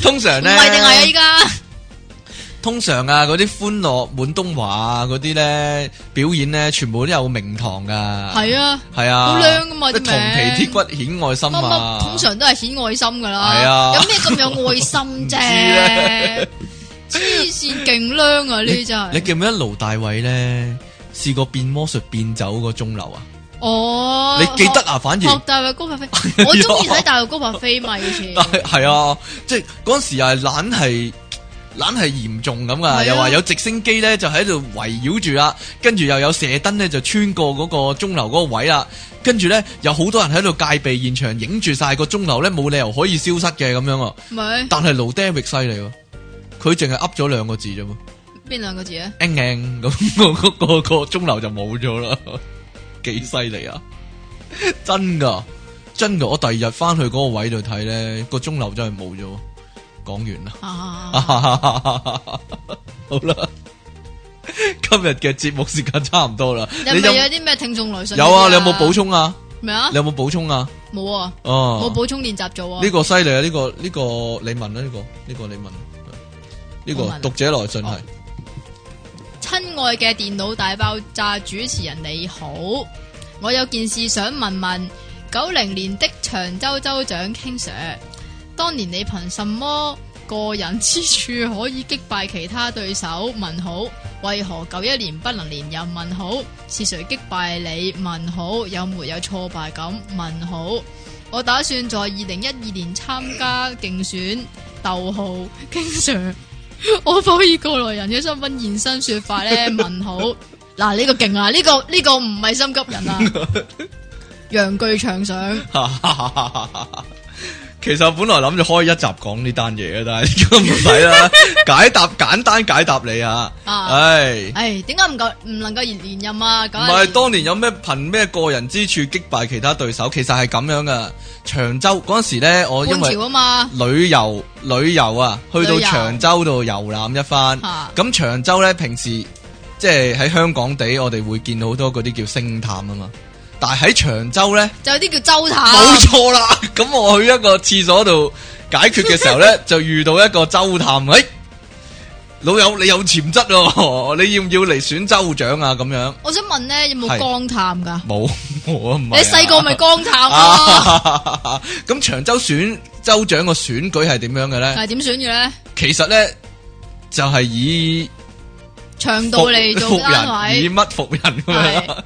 S2: 通常
S1: 唔
S2: 咧
S1: 係定係啊？依家
S2: 通常啊，嗰啲歡樂滿東華啊，嗰啲咧表演咧，全部都有名堂噶。
S1: 係啊，
S2: 係啊，
S1: 好靚㗎嘛
S2: 咩
S1: 啲名
S2: 銅皮鐵骨顯愛心
S1: 乜
S2: 啊，
S1: 乜通常都係顯愛心㗎啦。
S2: 係啊
S1: 有咩咁有愛心
S2: 唔知咧
S1: 啫？黐線勁靚啊！呢啲真
S2: 你
S1: 係
S2: 記唔記得盧大偉咧試過變魔術變走個鐘樓啊？
S1: 哦，
S2: 你記得啊？反
S1: 學
S2: 而
S1: 大陸高柏
S2: 哎
S1: 飛，我中意睇大陸高柏飛嘛以前
S2: 但。係 係啊，即係嗰陣時係懶係。懶係嚴重咁
S1: 係
S2: 噶，
S1: 啊
S2: 又話有直升機咧就喺度圍繞住啦，跟住又有射燈咧就穿過嗰個鐘樓嗰個位啦，跟住咧有好多人喺度戒備現場，影住晒個鐘樓咧冇理由可以消失嘅咁樣啊！
S1: 咪
S2: 但係盧 David 犀利喎，佢淨係噏咗兩個字啫喎。
S1: 邊兩個字啊？
S2: 硬硬咁， 嗰個個個鐘樓就冇咗啦， 幾犀利啊！真噶，真噶，我第二日翻去嗰個位度睇咧，個鐘樓真係冇咗。講完啦，
S1: 啊，
S2: 好啦，今日嘅節目時間差唔多啦。
S1: 你
S2: 你
S1: 係咪
S2: 有
S1: 有啲咩聽眾來信？
S2: 有啊？你有冇補？充啊？
S1: 咩啊
S2: 你？有冇補充啊？
S1: 冇啊，
S2: 哦
S1: 冇，補充練習做啊
S2: 呢。個犀利啊！呢個呢個你問啦，呢個呢個你問，呢
S1: 我
S2: 個
S1: 問
S2: 讀者來信係
S1: 哦親愛嘅電腦大爆炸主持人你好，我有件事想問問九零年的長洲州長 King Sir，當年你憑什麼個人之處可以擊敗其他對手？問好，為何九一年不能連任？問好，是誰擊敗你？問好，有沒有挫敗感？問好，我打算在二零一二年參加競選，逗號 King Sir。我否以過來人嘅身份現身說法咧？問好 嗱，呢、個勁啦，呢、個呢、個唔係心急人 啊，陽具長上
S2: 其實我本來諗住開一集講呢單嘢嘅，但係而家唔使 啦，解答簡單解答你啊，
S1: 啊！
S2: 唉，
S1: 唉，點解唔夠唔能夠連連任啊？咁
S2: 唔係當年有咩憑咩個人之處擊敗其他對手，其實係咁樣噶。長洲嗰陣時咧，我因
S1: 半
S2: 為
S1: 朝啊嘛，
S2: 旅遊旅遊啊，去
S1: 旅
S2: 到
S1: 遊
S2: 長洲度遊覽一番。
S1: 吓
S2: 咁長洲咧，平時即係喺香港地，我哋會見到好多嗰啲叫星探啊嘛，但係喺長洲咧。
S1: 就有啲叫周啊太，
S2: 冇錯啦。 咁我去一個廁所度解決嘅時 候咧，就遇到一個周探，誒、老友你有潛質喎， 你要唔要嚟選州長啊？咁樣
S1: 我想問咧，有冇
S2: 係
S1: 光探噶？
S2: 冇， 我唔係
S1: 你
S2: 啊
S1: 細個咪 光探咯？
S2: 啊？咁長洲選州長個選舉係點樣嘅咧？
S1: 係點選嘅咧？
S2: 其實咧就係、以
S1: 長度
S2: 服
S1: 嚟
S2: 服
S1: 做單
S2: 人，以
S1: 位，
S2: 乜服人咁樣啦。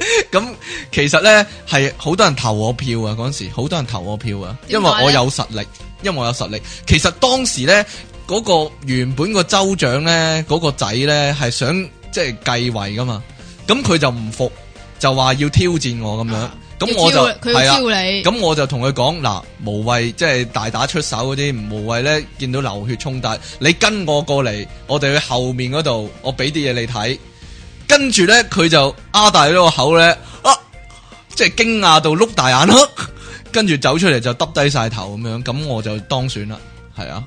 S2: 咁其實咧係好多人投我票啊！嗰陣時好多人投我票啊，因
S1: 點
S2: 為
S1: 解咧
S2: 我有實力，因為我有實力。其實當時咧嗰、個原本個州長咧嗰、個仔咧係想即係繼位噶嘛，咁佢就唔服，就話要挑戰我咁樣
S1: 啊，
S2: 咁、
S1: 要
S2: 我就
S1: 挑佢
S2: 係
S1: 要
S2: 啦
S1: 挑你，
S2: 咁我就同佢講嗱，無謂即係大打出手嗰啲，無謂咧見到流血衝突，你跟我過嚟，我哋去後面嗰度，我俾啲嘢你睇。跟住咧，佢就啊大咗個口咧，啊，即係驚訝到碌大眼咯。跟住走出嚟就耷低晒頭咁樣，啊咁我就當選啦。係啊，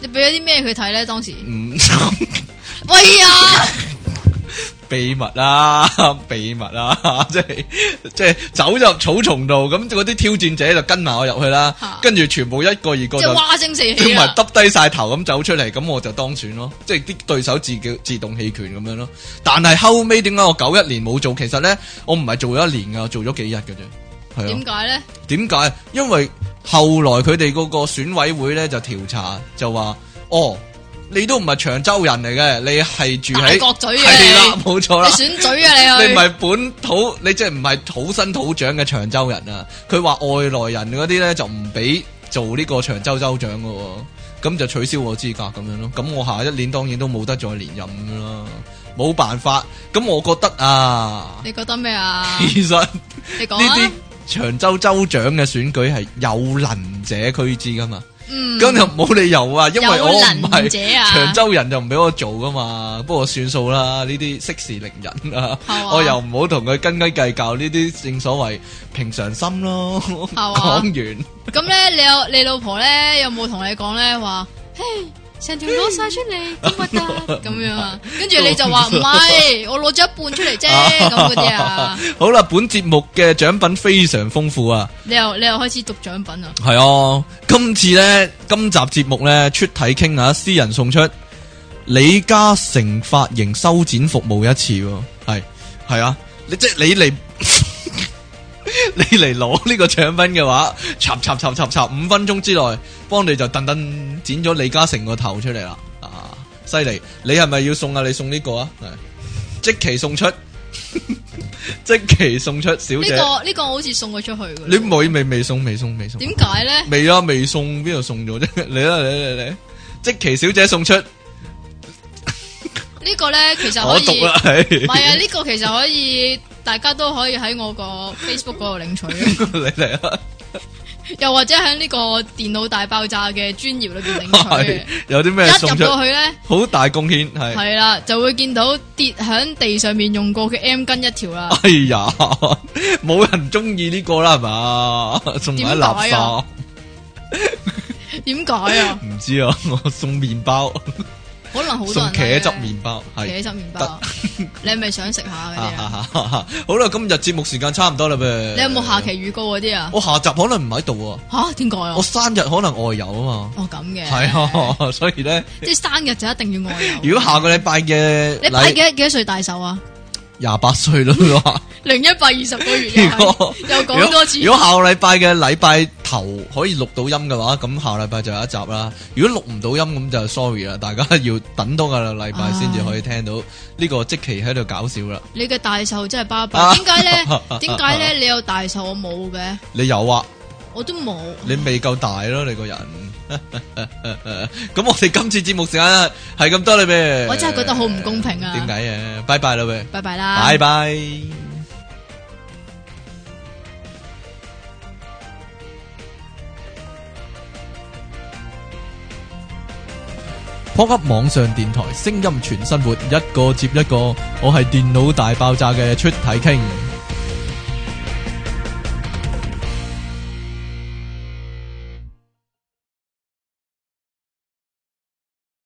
S1: 你俾咗啲咩佢睇咧？當時，
S2: 嗯，
S1: 喂呀，
S2: 秘密啦，秘密啦， 即係即係走入草叢度，咁嗰啲挑戰者就跟埋我入去啦
S1: 嚇，
S2: 跟住全部一個二個
S1: 即係
S2: 就。
S1: 哇聲四
S2: 同
S1: 起
S2: 埋
S1: 啊！
S2: 耷低晒頭咁走出嚟，咁我就當選咯，即係啲對手自己自動棄權咁樣咯。但係後尾點解我九一年冇做？其實咧，我唔係做咗一年噶，我做咗幾日嘅啫。係啊
S1: 點，解咧？
S2: 點解？因為後來佢哋嗰個選委會咧就調查，就話哦，你都唔係長洲人嚟嘅，你係住
S1: 大
S2: 喺
S1: 角咀
S2: 係啦
S1: 嘅，，
S2: 冇錯
S1: 你
S2: 啦
S1: 你。選嘴啊
S2: 你
S1: 你
S2: 唔
S1: 去，
S2: 係本土，你即係唔係土生土長嘅長洲人啊？佢話外來人嗰啲咧就唔俾做呢個長洲州長嘅喎，咁就取消我資格咁樣咯。咁我下一年當然都冇得再連任咁啦，冇辦法。咁我覺得啊，
S1: 你覺得咩 啊？
S2: 其實呢
S1: 你講
S2: 啲
S1: 啊，
S2: 長洲州長嘅選舉係有能者居之噶嘛，
S1: 嗯，
S2: 咁就冇理由啊，因為我唔
S1: 有能
S2: 係。
S1: 者啊，
S2: 長洲人就唔俾我做噶嘛，不過算數啦，呢啲息事寧人啊，
S1: 係嘛
S2: 我又唔好同佢斤斤計較，呢啲正所謂平常心咯。
S1: 嘛
S2: 講
S1: 咁咧，你有你老婆咧有冇同你講咧話，嘿，成條攞 晒出嚟，點核突咁樣啊？跟住你就話唔係，我攞咗一半出嚟啫， 咁嗰啲啊
S2: 完，，好啦，本節目嘅獎品非常豐富啊，
S1: 你又你又開始讀獎品啊？
S2: 係啊，今次呢，今集節目呢，出體傾啊，私人送出李嘉誠髮型修剪服務一次喎，係係啊，你即係你嚟。 你嚟攞呢個獎品嘅話，插插插插插，五分鐘之內幫你就噔噔剪咗李嘉誠個頭出嚟啦！啊，犀利！你係咪要送啊？你送呢個啊？係即期送出， 即期送出，小
S1: 呢
S2: 姐，
S1: 個呢個我好似送佢出去嘅，
S2: 你未未未送，未送，未送。
S1: 點解咧？
S2: 未啊，未送邊度送咗啫？ 嚟啦嚟嚟嚟，即奇小姐送出，
S1: 呢個咧其實可
S2: 我讀
S1: 以，
S2: 啦
S1: 唔，係
S2: 係
S1: 啊，呢個其實可以，大家都可以喺我個 Facebook 嗰度領取，
S2: 你嚟啊，
S1: 又或者喺呢個電腦大爆炸嘅專頁裏邊領取
S2: 係
S1: 嘅。
S2: 有啲咩
S1: 一
S2: 送
S1: 入
S2: 出？
S1: 到去咧，
S2: 好大貢獻係，
S1: 係啊啦，就會見到跌喺地上面用過嘅 M 巾一條啦。
S2: 哎呀，冇人中意呢個啦係嘛，送埋啲垃
S1: 點解
S2: 圾
S1: 啊，點解啊？
S2: 唔知啊， 我送麵包，
S1: 可能好多人
S2: 送茄
S1: 咧
S2: 汁，麵包係。
S1: 茄汁麵包，你係咪想食下嗰啲啊？
S2: 好啦，今日節目時間差唔多啦噃。
S1: 你有冇下期？預告嗰啲啊？
S2: 我下集可能唔喺度啊，
S1: 吓，點解啊
S2: 我？生日可能外遊啊嘛。
S1: 哦咁嘅，
S2: 係啊， 所以咧，
S1: 即係生日就一定要外遊。
S2: 如果下個禮拜嘅
S1: 你擺幾多幾多歲大壽啊？
S2: 廿八歲咯 話。
S1: 零一百二十個月
S2: 如果
S1: 又講多次
S2: 如果下個禮拜嘅禮拜頭可以錄到音嘅話，咁下禮拜就有一集啦。如果錄唔到音咁就 sorry 啦，大家要等多個禮拜先至可以聽
S1: 啊
S2: 到呢個即期喺度搞笑啦。
S1: 你嘅大壽真係巴
S2: 啊
S1: 閉，點解 咧？點解咧？你有大壽我冇嘅，
S2: 你有啊？
S1: 我都冇。
S2: 你未夠大咯，你個人。 咁我哋今次節目時間啊係咁多啦咩？
S1: 我真係覺得好唔公平啊
S2: 點解嘅？拜拜啦喂，
S1: 拜拜啦，
S2: 拜拜。波及網上電台，聲音全生活，一個接一個。我係電腦大爆炸嘅出體傾。